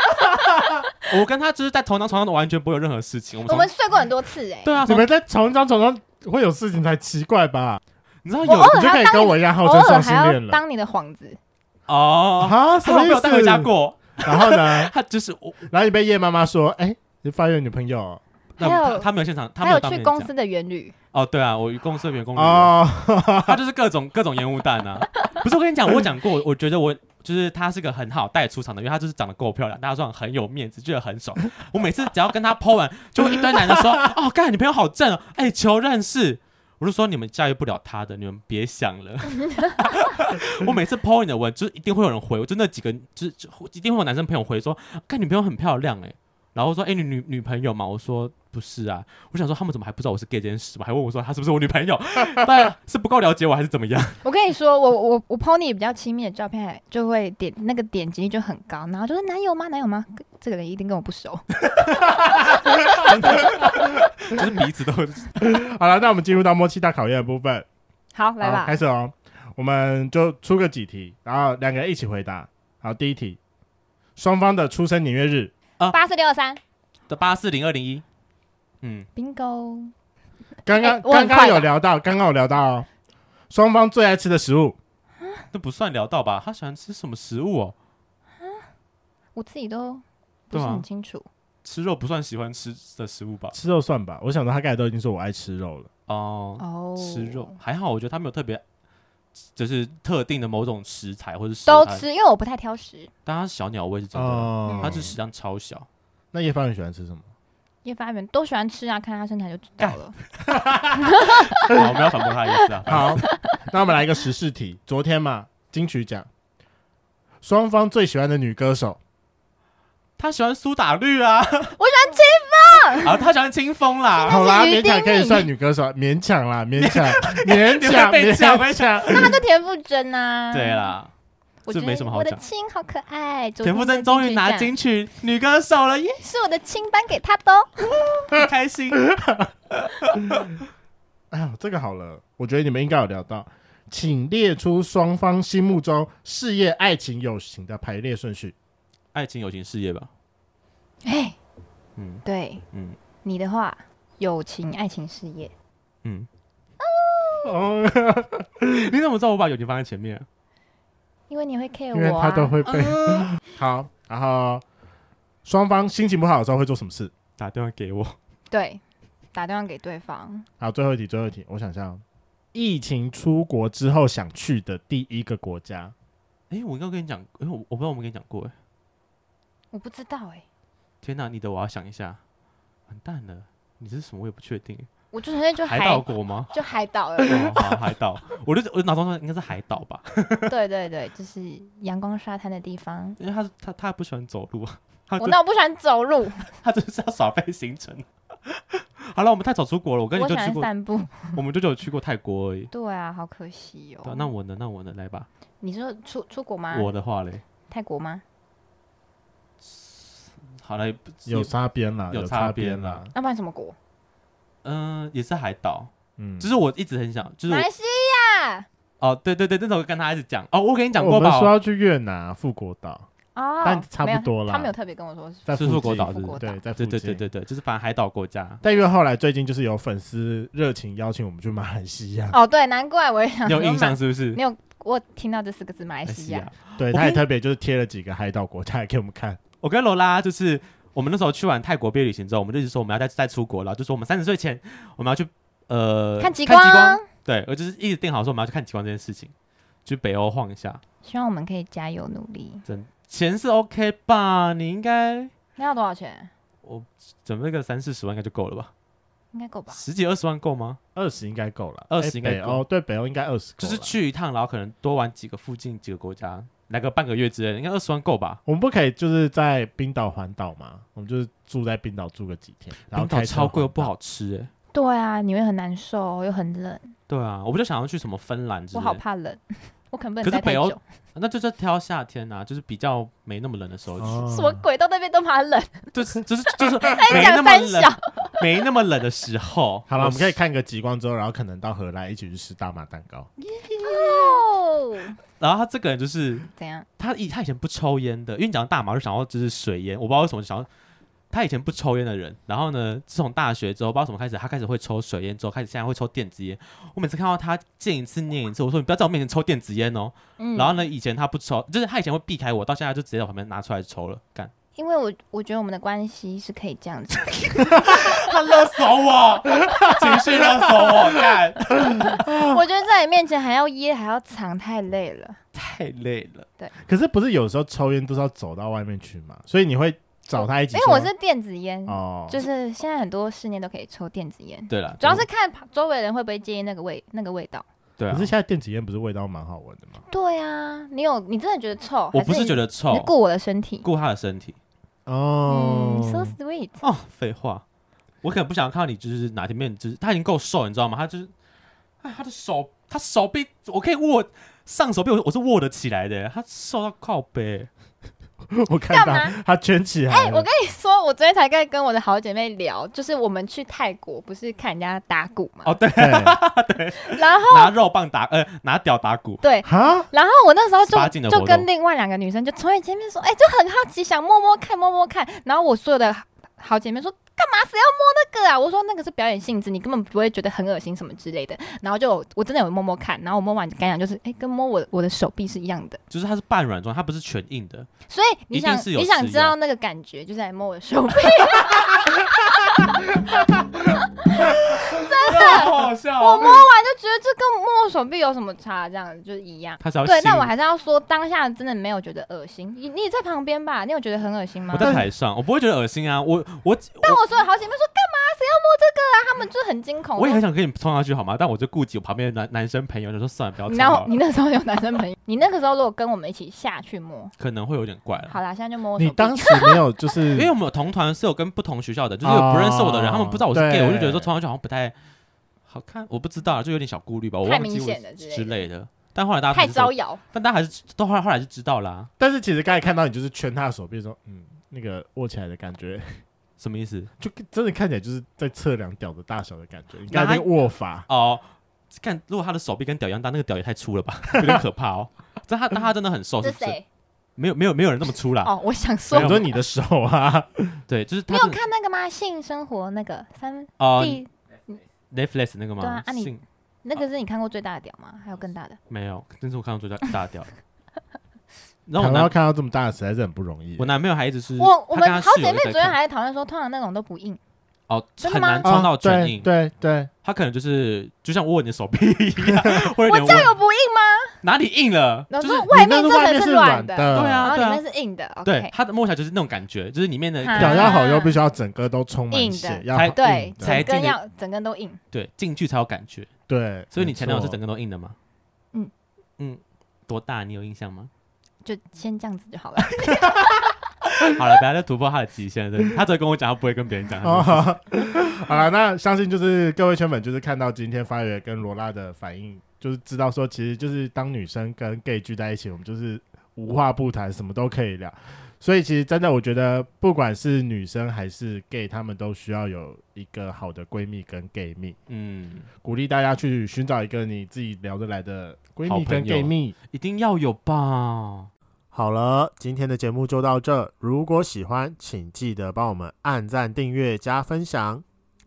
[SPEAKER 2] 我跟他就是在同张床上完全不会有任何事情，我们 从
[SPEAKER 3] 我们睡过很多次哎、
[SPEAKER 2] 对啊，
[SPEAKER 1] 你
[SPEAKER 2] 从
[SPEAKER 1] 们在同一张床上会有事情才奇怪吧？
[SPEAKER 2] 你知道
[SPEAKER 3] 我
[SPEAKER 2] 有
[SPEAKER 3] 偶尔
[SPEAKER 1] 你就可
[SPEAKER 3] 还
[SPEAKER 1] 以
[SPEAKER 3] 要
[SPEAKER 1] 跟
[SPEAKER 3] 当
[SPEAKER 1] 我一样号
[SPEAKER 3] 偶
[SPEAKER 1] 称双
[SPEAKER 3] 尔
[SPEAKER 1] 性
[SPEAKER 3] 还要
[SPEAKER 1] 恋了
[SPEAKER 3] 当你的幌子，
[SPEAKER 2] 哦，
[SPEAKER 1] 啊？什
[SPEAKER 2] 他
[SPEAKER 1] 么
[SPEAKER 2] 没
[SPEAKER 1] 意
[SPEAKER 2] 有带回家
[SPEAKER 1] 思？
[SPEAKER 2] 过，
[SPEAKER 1] 然后呢？
[SPEAKER 2] 他就是我，
[SPEAKER 1] 然后你被叶妈妈说，哎、你发现女朋友哦
[SPEAKER 2] 那
[SPEAKER 3] 还有
[SPEAKER 2] 他他没有现场，他
[SPEAKER 3] 还
[SPEAKER 2] 没
[SPEAKER 3] 有
[SPEAKER 2] 当
[SPEAKER 3] 去
[SPEAKER 2] 面
[SPEAKER 3] 公
[SPEAKER 2] 讲
[SPEAKER 3] 司的元旅，
[SPEAKER 2] 哦，对啊，我与公司的员工旅游
[SPEAKER 1] 哦，
[SPEAKER 2] 他就是各种各种烟雾弹啊。不是我跟你讲，我有讲过，我觉得我就是她是个很好带出场的，因为她就是长得够漂亮，大家说很有面子，觉得很爽。我每次只要跟她抛完，就会一堆男的说：“哦，干，你朋友好正哦，哎、求认识。”我就说你们驾驭不了她的，你们别想了。 我每次 PO 你的文，就是一定会有人回，我就那几个，就是就一定会有男生朋友回说，看你朋友很漂亮哎、然后说哎、你女女朋友嘛，我说不是啊，我想说他们怎么还不知道我是 gay 这件事嘛，还问我说她是不是我女朋友， 当然是不够了解我还是怎么样，
[SPEAKER 3] 我跟你说，我我我 pony 比较亲密的照片还就会点那个点击率就很高，然后就是男友吗？男友吗？这个人一定跟我不熟。
[SPEAKER 2] 就是彼此都
[SPEAKER 1] 好了，那我们进入到默契大考验的部分，
[SPEAKER 3] 好，来
[SPEAKER 1] 好
[SPEAKER 3] 吧
[SPEAKER 1] 开。始哦。我们就出个几题，然后两个人一起回答。好，第一题，双方的出生年月日。
[SPEAKER 3] 八四六二三
[SPEAKER 2] 的八四零二零一，嗯，
[SPEAKER 3] ，bingo。
[SPEAKER 1] 刚刚、
[SPEAKER 3] 哎我
[SPEAKER 1] 刚
[SPEAKER 3] 很
[SPEAKER 1] 刚
[SPEAKER 3] 快
[SPEAKER 1] 有
[SPEAKER 3] 的
[SPEAKER 1] 聊到，刚刚有聊到哦，双方最爱吃的食物。
[SPEAKER 2] 那不算聊到吧？他喜欢吃什么食物哦？
[SPEAKER 3] 我自己都不
[SPEAKER 2] 对
[SPEAKER 3] 是
[SPEAKER 2] 啊
[SPEAKER 3] 很清楚。
[SPEAKER 2] 吃肉不算喜欢吃的食物吧？
[SPEAKER 1] 吃肉算吧，我想到他刚才都已经说我爱吃肉了。
[SPEAKER 2] 哦，
[SPEAKER 3] 哦，
[SPEAKER 2] 吃肉还好，我觉得他没有特别，就是特定的某种食材或者食
[SPEAKER 3] 都
[SPEAKER 2] 安，
[SPEAKER 3] 吃，因为我不太挑食。
[SPEAKER 2] 但他小鸟胃是真的，
[SPEAKER 1] 哦
[SPEAKER 2] 他就是食量超小。
[SPEAKER 1] 那叶芳你喜欢吃什么？
[SPEAKER 3] 叶发源都喜欢吃啊，看他身材就知道了。
[SPEAKER 2] 好，我们要反驳他的意 思啊。
[SPEAKER 1] 好，那我们来一个时事题。昨天嘛，金曲奖，双方最喜欢的女歌手。
[SPEAKER 2] 他喜欢苏打绿啊，
[SPEAKER 3] 我喜欢
[SPEAKER 2] 然后他喜欢清风 啦。
[SPEAKER 1] 好啦，
[SPEAKER 3] 于
[SPEAKER 1] 勉强
[SPEAKER 3] 丁
[SPEAKER 1] 可以
[SPEAKER 3] 敏
[SPEAKER 1] 算女歌手，勉强啦，勉强，勉
[SPEAKER 2] 你
[SPEAKER 1] 强，
[SPEAKER 2] 会被讲
[SPEAKER 1] 勉
[SPEAKER 2] 会
[SPEAKER 1] 强。
[SPEAKER 3] 那他就田馥甄呐。
[SPEAKER 2] 对，啊啦，
[SPEAKER 3] 我
[SPEAKER 2] 这
[SPEAKER 3] 觉得
[SPEAKER 2] 没什么好
[SPEAKER 3] 我的
[SPEAKER 2] 讲
[SPEAKER 3] 亲好可爱。昨
[SPEAKER 2] 田馥
[SPEAKER 3] 天
[SPEAKER 2] 甄
[SPEAKER 3] 的
[SPEAKER 2] 终于
[SPEAKER 3] 金曲
[SPEAKER 2] 拿
[SPEAKER 3] 奖，
[SPEAKER 2] 金曲女歌手了耶，
[SPEAKER 3] 是我的亲颁给他的哦。
[SPEAKER 2] 很开 心。
[SPEAKER 1] 哎呦，这个好了，我觉得你们应该有聊到，请列出双方心目中事业、爱情、友情的排列顺序。
[SPEAKER 2] 爱情、友情、事业吧。
[SPEAKER 3] 哎，
[SPEAKER 2] 嗯
[SPEAKER 3] 对
[SPEAKER 2] 嗯
[SPEAKER 3] 你的话，友情、爱情、事业，
[SPEAKER 2] 嗯，
[SPEAKER 1] 哦，
[SPEAKER 2] 你怎么知道我把友情放在前面啊？
[SPEAKER 3] 因为你会
[SPEAKER 2] 哎
[SPEAKER 3] care
[SPEAKER 1] 因为
[SPEAKER 3] 我
[SPEAKER 1] 他都
[SPEAKER 3] 啊。
[SPEAKER 1] 会被
[SPEAKER 2] 嗯
[SPEAKER 1] 好，然后双方心情不好的时候会做什么事？
[SPEAKER 2] 打电话给我。
[SPEAKER 3] 对，打电话给对方。
[SPEAKER 1] 好，最后一题，最后一题，我想想哦，疫情出国之后想去的第一个国家？
[SPEAKER 2] 哎、我应该跟你讲，哎、我我不知道我们跟你讲过、哎，
[SPEAKER 3] 我不知道哎、
[SPEAKER 2] 天哪，你的我要想一下，完蛋了，你这是什么？我也不确定，
[SPEAKER 3] 我就那就
[SPEAKER 2] 海
[SPEAKER 3] 海
[SPEAKER 2] 岛国 吗？
[SPEAKER 3] 就海岛了，
[SPEAKER 2] 哦好，海岛，我就我脑中说应该是海岛吧，
[SPEAKER 3] 对对对，就是阳光沙滩的地方。
[SPEAKER 2] 因为他他他不喜欢走路，啊他就
[SPEAKER 3] 我那我不喜欢走路，
[SPEAKER 2] 他就是要耍废行程。好了，我们太早出国了，我跟你
[SPEAKER 3] 我喜
[SPEAKER 2] 就去
[SPEAKER 3] 欢
[SPEAKER 2] 过，
[SPEAKER 3] 散步。
[SPEAKER 2] 我们就只有去过泰国而已。
[SPEAKER 3] 对啊，好可惜
[SPEAKER 2] 对啊
[SPEAKER 3] 哦。啊
[SPEAKER 2] 那我呢？那我呢？来吧，
[SPEAKER 3] 你说出出国吗？
[SPEAKER 2] 我的话嘞，
[SPEAKER 3] 泰国吗？
[SPEAKER 2] 好了，
[SPEAKER 1] 有擦边啦，
[SPEAKER 2] 有擦
[SPEAKER 1] 擦
[SPEAKER 2] 边啦
[SPEAKER 1] 啦。
[SPEAKER 3] 要不然什么国？
[SPEAKER 2] 嗯、也是海岛，
[SPEAKER 1] 嗯，
[SPEAKER 2] 就是我一直很想，就是
[SPEAKER 3] 马
[SPEAKER 2] 我
[SPEAKER 3] 来西亚
[SPEAKER 2] 哦，对对对，那时候跟他一直讲，哦，我跟你讲
[SPEAKER 1] 我
[SPEAKER 2] 过
[SPEAKER 1] 们
[SPEAKER 2] 吧，
[SPEAKER 1] 说要去越南啊富国岛，
[SPEAKER 3] 哦，
[SPEAKER 1] 但差不多
[SPEAKER 3] 没有
[SPEAKER 1] 啦
[SPEAKER 3] 他没有特别跟我说，
[SPEAKER 1] 在
[SPEAKER 2] 是
[SPEAKER 1] 附近
[SPEAKER 2] 富国岛是
[SPEAKER 3] 富
[SPEAKER 2] 不
[SPEAKER 3] 国
[SPEAKER 2] 是，
[SPEAKER 1] 对，在附
[SPEAKER 2] 对
[SPEAKER 1] 近。，
[SPEAKER 2] 对对对对，就是反正海岛国 家
[SPEAKER 1] 但因为后来最近就是有粉丝热情邀请我们去马来西 亚，
[SPEAKER 3] 哦，对，难怪我也想
[SPEAKER 2] 你有
[SPEAKER 3] 说
[SPEAKER 2] 印象
[SPEAKER 3] 马
[SPEAKER 2] 是不是哎
[SPEAKER 3] 你？有我听到这四个字马来西亚，
[SPEAKER 1] 对，
[SPEAKER 2] 我
[SPEAKER 1] 他也
[SPEAKER 2] 跟你
[SPEAKER 1] 特别就是贴了几个海岛国家来给我们看。
[SPEAKER 2] 我跟罗拉就是我们那时候去完泰国毕业旅行之后，我们就一直说我们要再再出国，然后就说我们三十岁前我们要去呃
[SPEAKER 3] 看极光。
[SPEAKER 2] 对，我就是一直定好说我们要去看极光这件事情，去北欧晃一下。
[SPEAKER 3] 希望我们可以加油努力。
[SPEAKER 2] 真钱是 OK 吧？你应该
[SPEAKER 3] 那要多少钱？
[SPEAKER 2] 准备个三四十万应该就够了吧？
[SPEAKER 3] 应该够吧？
[SPEAKER 2] 十几二十万够吗？
[SPEAKER 1] 二十应该够了，
[SPEAKER 2] 20
[SPEAKER 1] 哎
[SPEAKER 2] 应该
[SPEAKER 1] 北
[SPEAKER 2] 够
[SPEAKER 1] 欧对北欧应该二十，
[SPEAKER 2] 就是去一趟，然后可能多玩几个附近几个国家，来个半个月之类的，应该二十万够吧？
[SPEAKER 1] 我们不可以就是在冰岛环岛嘛？我们就是住在冰岛住个几天，然后
[SPEAKER 2] 冰岛
[SPEAKER 1] 开车
[SPEAKER 2] 超贵又
[SPEAKER 1] 环
[SPEAKER 2] 不
[SPEAKER 1] 岛。
[SPEAKER 2] 好吃哎、欸
[SPEAKER 3] 对啊，你会很难受，又很冷，
[SPEAKER 2] 对啊，我不就想要去什么芬兰之
[SPEAKER 3] 我
[SPEAKER 2] 类
[SPEAKER 3] 好
[SPEAKER 2] 的，
[SPEAKER 3] 怕冷， 我可能不
[SPEAKER 2] 可
[SPEAKER 3] 能
[SPEAKER 2] 是
[SPEAKER 3] 待太
[SPEAKER 2] 北欧
[SPEAKER 3] 久。
[SPEAKER 2] 那就是挑夏天啊，就是比较没那么冷的时候去，
[SPEAKER 1] 哦
[SPEAKER 3] 什么鬼？到那边都怕冷，哎
[SPEAKER 2] 就是就是就是没那
[SPEAKER 3] 讲
[SPEAKER 2] 么
[SPEAKER 3] 三小
[SPEAKER 2] 冷，没那么冷的时 候。
[SPEAKER 1] 好了，我们可以看个极光之后，然后可能到荷兰一起去吃大马蛋糕。
[SPEAKER 3] 哦，
[SPEAKER 2] 然后他这个人就是
[SPEAKER 3] 怎样？
[SPEAKER 2] 他以他以前不抽烟的，因为你讲到大麻就想到就是水烟，我不知道为什么就想到他以前不抽烟的人，然后呢，自从大学之后不知道怎么开始，他开始会抽水烟之后，开始现在会抽电子烟。我每次看到他见一次念一次，我说你不要在我面前抽电子烟哦。
[SPEAKER 3] 嗯，
[SPEAKER 2] 然后呢，以前他不抽，就是他以前会避开我，到现在就直接在我旁边拿出来抽了，干
[SPEAKER 3] 因为我我觉得我们的关系是可以这样子，
[SPEAKER 2] 他勒索 我，情绪勒索我，干
[SPEAKER 3] 我觉得在你面前还要掖还要藏，太累了。
[SPEAKER 2] 太累了。
[SPEAKER 1] 可是不是有时候抽烟都是要走到外面去嘛？所以你会找他一起
[SPEAKER 3] 因
[SPEAKER 1] 说？
[SPEAKER 3] 为我是电子烟，
[SPEAKER 1] 哦，
[SPEAKER 3] 就是现在很多室内都可以抽电子烟，
[SPEAKER 2] 对了，
[SPEAKER 3] 主要是看旁周围的人会不会介意那个味那个味道。
[SPEAKER 2] 对啊
[SPEAKER 1] 可是，现在电子烟不是味道蛮好闻的吗？
[SPEAKER 3] 对啊，你有你真的觉得臭？
[SPEAKER 2] 我不是觉
[SPEAKER 3] 得
[SPEAKER 2] 得臭
[SPEAKER 3] 你，是顾我的身体。
[SPEAKER 2] 顾他的身体。
[SPEAKER 1] 哦
[SPEAKER 3] 嗯，so sweet。
[SPEAKER 2] 哦，废话，我可能不想看到你，就是哪天面，就是他已经够瘦了，你知道吗？他就是，哎，他的手，他手臂，我可以握上手臂，我我是握得起来的，他瘦到靠背，
[SPEAKER 1] 我看到
[SPEAKER 3] 干
[SPEAKER 1] 他圈起来
[SPEAKER 3] 哎、
[SPEAKER 1] 了
[SPEAKER 3] 我跟你说，我昨天才跟跟我的好姐妹聊，就是我们去泰国不是看人家打鼓嘛，
[SPEAKER 2] 哦，对，
[SPEAKER 1] 对
[SPEAKER 3] 然后
[SPEAKER 2] 拿肉棒打，呃，拿屌打鼓，
[SPEAKER 3] 对，
[SPEAKER 1] 哈，
[SPEAKER 3] 然后我那时候
[SPEAKER 2] 十八禁的
[SPEAKER 3] 就
[SPEAKER 2] 活
[SPEAKER 3] 就
[SPEAKER 2] 动
[SPEAKER 3] 跟另外两个女生就从你前面说，哎、就很好奇，想摸摸看，摸摸看，然后我所有的好姐妹说。干嘛谁要摸那个啊？我说那个是表演性质，你根本不会觉得很恶心什么之类的。然后就有我真的有摸摸看，然后我摸完感想就是，哎、跟摸我我的手臂是一样的。
[SPEAKER 2] 就是他是半软装，他不是全硬的，
[SPEAKER 3] 所以你
[SPEAKER 2] 一定
[SPEAKER 3] 想
[SPEAKER 2] 是有啊
[SPEAKER 3] 你想
[SPEAKER 2] 吃
[SPEAKER 3] 知
[SPEAKER 2] 药
[SPEAKER 3] 道那个感觉，就是来摸我的手臂。
[SPEAKER 2] 好好笑
[SPEAKER 3] 我
[SPEAKER 2] 哦
[SPEAKER 3] 摸完就觉得这跟摸手臂有什么差？这样就是一样。
[SPEAKER 2] 他是要
[SPEAKER 3] 对，但
[SPEAKER 2] 吸
[SPEAKER 3] 我还是要说，当下真的没有觉得恶心。你你也在旁边吧？你有觉得很恶心吗
[SPEAKER 2] 我？在台上，我不会觉得恶心啊，我我
[SPEAKER 3] 但
[SPEAKER 2] 我
[SPEAKER 3] 我说好姐妹说干嘛？谁要摸这个啊？他们就很惊恐。
[SPEAKER 2] 我也很想跟你冲下去好吗？但我就顾及我旁边的男男生朋友，就说算了，不要
[SPEAKER 3] 你
[SPEAKER 2] 冲
[SPEAKER 3] 那
[SPEAKER 2] 好了
[SPEAKER 3] 你，那时候有男生朋友，你那个时候如果跟我们一起下去摸，
[SPEAKER 2] 可能会有点怪了。
[SPEAKER 3] 好啦，现在就摸我手
[SPEAKER 1] 你
[SPEAKER 3] 臂。
[SPEAKER 1] 当时没有就
[SPEAKER 2] 因为
[SPEAKER 1] 是
[SPEAKER 2] 我们有同团是有跟不同学校的，就是有不认识我的人，
[SPEAKER 1] 哦
[SPEAKER 2] 他们不知道我是 gay，
[SPEAKER 1] 对
[SPEAKER 2] 我就觉得说穿上去好像不太好看，我不知道啊，就有点小顾虑吧，我
[SPEAKER 3] 太
[SPEAKER 2] 忘记
[SPEAKER 3] 明
[SPEAKER 2] 我
[SPEAKER 3] 显了之类的
[SPEAKER 2] 之类的。但后来大家
[SPEAKER 3] 太
[SPEAKER 2] 还是
[SPEAKER 3] 招摇，
[SPEAKER 2] 但大家还是都后来后来就知道啦，
[SPEAKER 1] 但是其实刚才看到你就是圈他的手臂说，嗯，那个握起来的感觉，
[SPEAKER 2] 什么意思？
[SPEAKER 1] 就真的看起来就是在测量屌的大小的感觉。你看那个握法，
[SPEAKER 2] 哦，看如果他的手臂跟屌一样大，那个屌也太粗了吧， 有点可怕哦。但他但他真的很瘦，
[SPEAKER 3] 这
[SPEAKER 2] 是不是？
[SPEAKER 3] 谁？
[SPEAKER 2] 没有没有没有人那么粗啦，
[SPEAKER 3] 哦，我想说
[SPEAKER 1] 我，说你的手啊，
[SPEAKER 2] 对，就是他
[SPEAKER 3] 你有
[SPEAKER 2] 真的
[SPEAKER 3] 看那个吗？性生活那个三
[SPEAKER 2] 哦
[SPEAKER 3] 第
[SPEAKER 2] Netflix 那个
[SPEAKER 3] 对
[SPEAKER 2] 吗
[SPEAKER 3] 啊？啊你
[SPEAKER 2] 性
[SPEAKER 3] 那个是你看过最大的屌吗？还有更大的？
[SPEAKER 2] 没有，但是我看到最大 大屌。 然后我
[SPEAKER 1] 然后
[SPEAKER 2] 男
[SPEAKER 1] 看到这么大的实在是很不容易
[SPEAKER 2] 我。男朋友还一直是
[SPEAKER 3] 我我
[SPEAKER 2] 他跟他
[SPEAKER 3] 们好
[SPEAKER 2] 室友
[SPEAKER 3] 姐
[SPEAKER 2] 一
[SPEAKER 3] 妹
[SPEAKER 2] 直在
[SPEAKER 3] 昨天
[SPEAKER 2] 看
[SPEAKER 3] 还在讨论说，通常那种都不硬。
[SPEAKER 2] 哦，
[SPEAKER 3] 真的
[SPEAKER 2] 很
[SPEAKER 3] 吗
[SPEAKER 2] 难创
[SPEAKER 1] 啊
[SPEAKER 2] 造全
[SPEAKER 1] 对
[SPEAKER 2] 硬。
[SPEAKER 1] 对对，
[SPEAKER 2] 他可能就是就像握你的手臂一 样，或者
[SPEAKER 3] 我
[SPEAKER 2] 你
[SPEAKER 3] 这
[SPEAKER 2] 的握
[SPEAKER 3] 样有不硬吗？
[SPEAKER 2] 哪里硬了，
[SPEAKER 3] 然
[SPEAKER 2] 就
[SPEAKER 3] 后
[SPEAKER 2] 是
[SPEAKER 3] 说外
[SPEAKER 1] 你那
[SPEAKER 3] 面
[SPEAKER 1] 个
[SPEAKER 3] 这
[SPEAKER 1] 外
[SPEAKER 3] 层
[SPEAKER 1] 面
[SPEAKER 3] 是
[SPEAKER 1] 是
[SPEAKER 3] 软的，
[SPEAKER 2] 对啊
[SPEAKER 3] 然后里
[SPEAKER 2] 对啊
[SPEAKER 3] 面是硬的。
[SPEAKER 2] 对
[SPEAKER 3] OK，
[SPEAKER 2] 它的摸起来就是那种感觉，就是里面的
[SPEAKER 3] 哈
[SPEAKER 1] 脚要好
[SPEAKER 3] 啊
[SPEAKER 1] 又必须要整个都充满
[SPEAKER 3] 硬
[SPEAKER 1] 血
[SPEAKER 3] 的，
[SPEAKER 1] 要
[SPEAKER 2] 才
[SPEAKER 1] 硬
[SPEAKER 3] 对，
[SPEAKER 1] 的
[SPEAKER 2] 才
[SPEAKER 3] 整
[SPEAKER 2] 进
[SPEAKER 3] 根
[SPEAKER 2] 得
[SPEAKER 3] 要整根都硬。
[SPEAKER 2] 对进去才有感觉，
[SPEAKER 1] 对，
[SPEAKER 2] 所以你前男友是
[SPEAKER 1] 没
[SPEAKER 2] 整个都硬的吗？
[SPEAKER 3] 嗯
[SPEAKER 2] 嗯，多大你有印象吗？
[SPEAKER 3] 就先这样子就好了。
[SPEAKER 2] 好了，不要再突破他的极限了。真的他只会跟我讲，他不会跟别人 讲。
[SPEAKER 1] 错哦，好好了，那相信就是各位圈粉，就是看到今天发源跟罗拉的反应，就是知道说，其实就是当女生跟 gay 聚在一起，我们就是无话不谈，什么都可以聊。所以其实真的，我觉得不管是女生还是 gay，他们都需要有一个好的闺蜜跟 gay 蜜，
[SPEAKER 2] 嗯，
[SPEAKER 1] 鼓励大家去寻找一个你自己聊得来的闺
[SPEAKER 2] 好
[SPEAKER 1] 蜜跟
[SPEAKER 2] 朋友
[SPEAKER 1] gay 蜜。
[SPEAKER 2] 一定要有吧。
[SPEAKER 1] 好了，今天的节目就到这。如果喜欢，请记得帮我们按赞、订阅、加分享。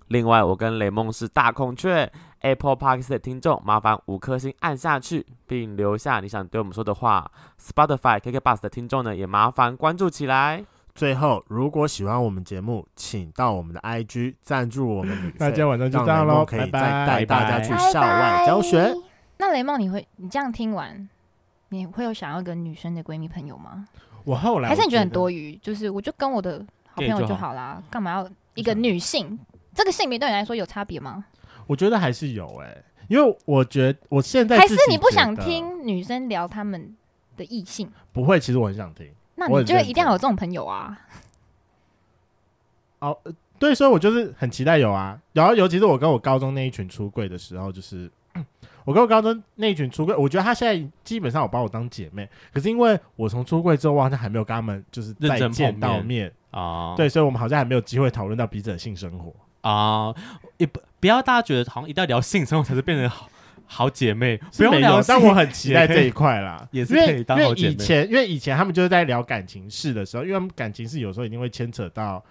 [SPEAKER 4] 另外，我跟雷梦是大孔雀 Apple Park 的听众，麻烦五颗星按下去，并留下你想对我们说的话。Spotify KK Bus 的听众呢，也麻烦关注起来。
[SPEAKER 5] 最后，如果喜欢我们节目，请到我们的 IG 赞助我们旅费。
[SPEAKER 1] 那今天晚上就这样
[SPEAKER 5] 让雷
[SPEAKER 1] 喽，
[SPEAKER 5] 梦可
[SPEAKER 1] 拜
[SPEAKER 5] 以再带
[SPEAKER 1] 拜。
[SPEAKER 5] 大家去
[SPEAKER 3] 拜
[SPEAKER 5] 校外教学。
[SPEAKER 3] 拜那雷梦，你会你这样听完，你会有想要跟女生的闺蜜朋友吗？
[SPEAKER 1] 我后来
[SPEAKER 3] 还是你
[SPEAKER 1] 我
[SPEAKER 3] 觉得很多余？就是我就跟我的好朋
[SPEAKER 2] gay
[SPEAKER 3] 友
[SPEAKER 2] 就
[SPEAKER 3] 就
[SPEAKER 2] 好
[SPEAKER 3] 好啦，干嘛要一个女性？这个性别对你来说有差别吗？
[SPEAKER 1] 我觉得还是有哎、因为我觉得我现在
[SPEAKER 3] 还
[SPEAKER 1] 自
[SPEAKER 3] 是
[SPEAKER 1] 己
[SPEAKER 3] 你不
[SPEAKER 1] 觉
[SPEAKER 3] 想
[SPEAKER 1] 得？
[SPEAKER 3] 听女生聊她们的异性？
[SPEAKER 1] 不会，其实我很想听。
[SPEAKER 3] 那
[SPEAKER 1] 我很
[SPEAKER 3] 你就会
[SPEAKER 1] 认
[SPEAKER 3] 一定要
[SPEAKER 1] 同
[SPEAKER 3] 有这种朋友啊！
[SPEAKER 1] 对，所以我就是很期待有啊。然后，尤其是我跟我高中那一群出柜的时候，就是 我跟我高中那一群出柜，我觉得他现在基本上我把我当姐妹。可是因为我从出柜之后，我好像还没有跟他们就是
[SPEAKER 2] 认
[SPEAKER 1] 再
[SPEAKER 2] 真
[SPEAKER 1] 见
[SPEAKER 2] 碰
[SPEAKER 1] 到
[SPEAKER 2] 面
[SPEAKER 1] 面，
[SPEAKER 5] 哦
[SPEAKER 2] 啊，
[SPEAKER 1] 对，所以我们好像还没有机会讨论到彼此的性生活。
[SPEAKER 2] 啊，也不不要大家觉得好像一定要聊性生活才是变成好好姐妹，
[SPEAKER 1] 是
[SPEAKER 2] 不用
[SPEAKER 1] 没
[SPEAKER 2] 聊
[SPEAKER 1] 有，
[SPEAKER 2] 性。
[SPEAKER 1] 但我很 期待这一块啦，
[SPEAKER 2] 也是
[SPEAKER 1] 因为
[SPEAKER 2] 可以当
[SPEAKER 1] 因为
[SPEAKER 2] 好姐妹
[SPEAKER 1] 以前，因为以前他们就是在聊感情事的时候，因为他们感情事有时候一定会牵扯到，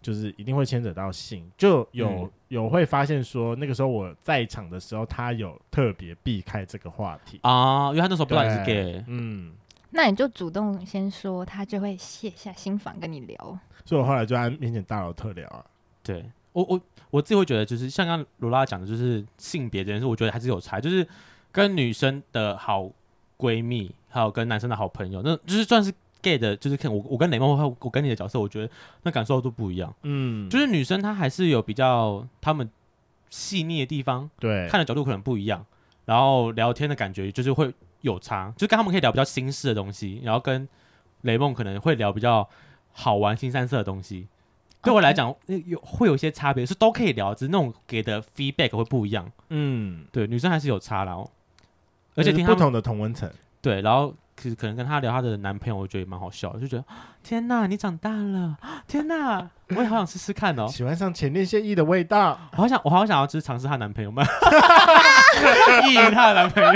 [SPEAKER 1] 就是一定会牵扯到性，就有、
[SPEAKER 2] 嗯
[SPEAKER 1] 有会发现说，那个时候我在场的时候，他有特别避开这个话题。
[SPEAKER 2] 啊，因为他那时候不知道你是
[SPEAKER 1] 对
[SPEAKER 2] gay，
[SPEAKER 1] 嗯，
[SPEAKER 3] 那你就主动先说，她就会卸下心防跟你聊。
[SPEAKER 1] 所以我后来就在面前大聊特聊啊。
[SPEAKER 2] 对我我我自己会觉得，就是像刚刚罗拉讲的，就是性别这件事，我觉得还是有差，就是跟女生的好闺蜜，还有跟男生的好朋友，那就是算是 gay 的，就是看我我跟雷梦和我跟你的角色，我觉得那感受都不一样。
[SPEAKER 1] 嗯，
[SPEAKER 2] 就是女生她还是有比较她们细腻的地方，
[SPEAKER 1] 对，
[SPEAKER 2] 看的角度可能不一样，然后聊天的感觉就是会有差，就跟他们可以聊比较心事的东西，然后跟雷梦可能会聊比较好玩、新三色的东西。
[SPEAKER 1] 哦
[SPEAKER 2] 对我来讲，呃有会有一些差别，是都可以聊，只是那种给的 feedback 会不一样。
[SPEAKER 1] 嗯，
[SPEAKER 2] 对，女生还是有差啦，哦而
[SPEAKER 1] 就
[SPEAKER 2] 且
[SPEAKER 1] 是
[SPEAKER 2] 听
[SPEAKER 1] 呃不
[SPEAKER 2] 他
[SPEAKER 1] 同
[SPEAKER 2] 们
[SPEAKER 1] 的同温层，
[SPEAKER 2] 对，然后可可能跟她聊她的男朋友，我觉得也蛮好笑的，就觉得 天哪，你长大了， 天哪，我也好想试试看哦，
[SPEAKER 1] 喜欢上前列腺液的味道。
[SPEAKER 2] 我好想，我好想要就是尝试她男朋友们，意淫她的男朋友。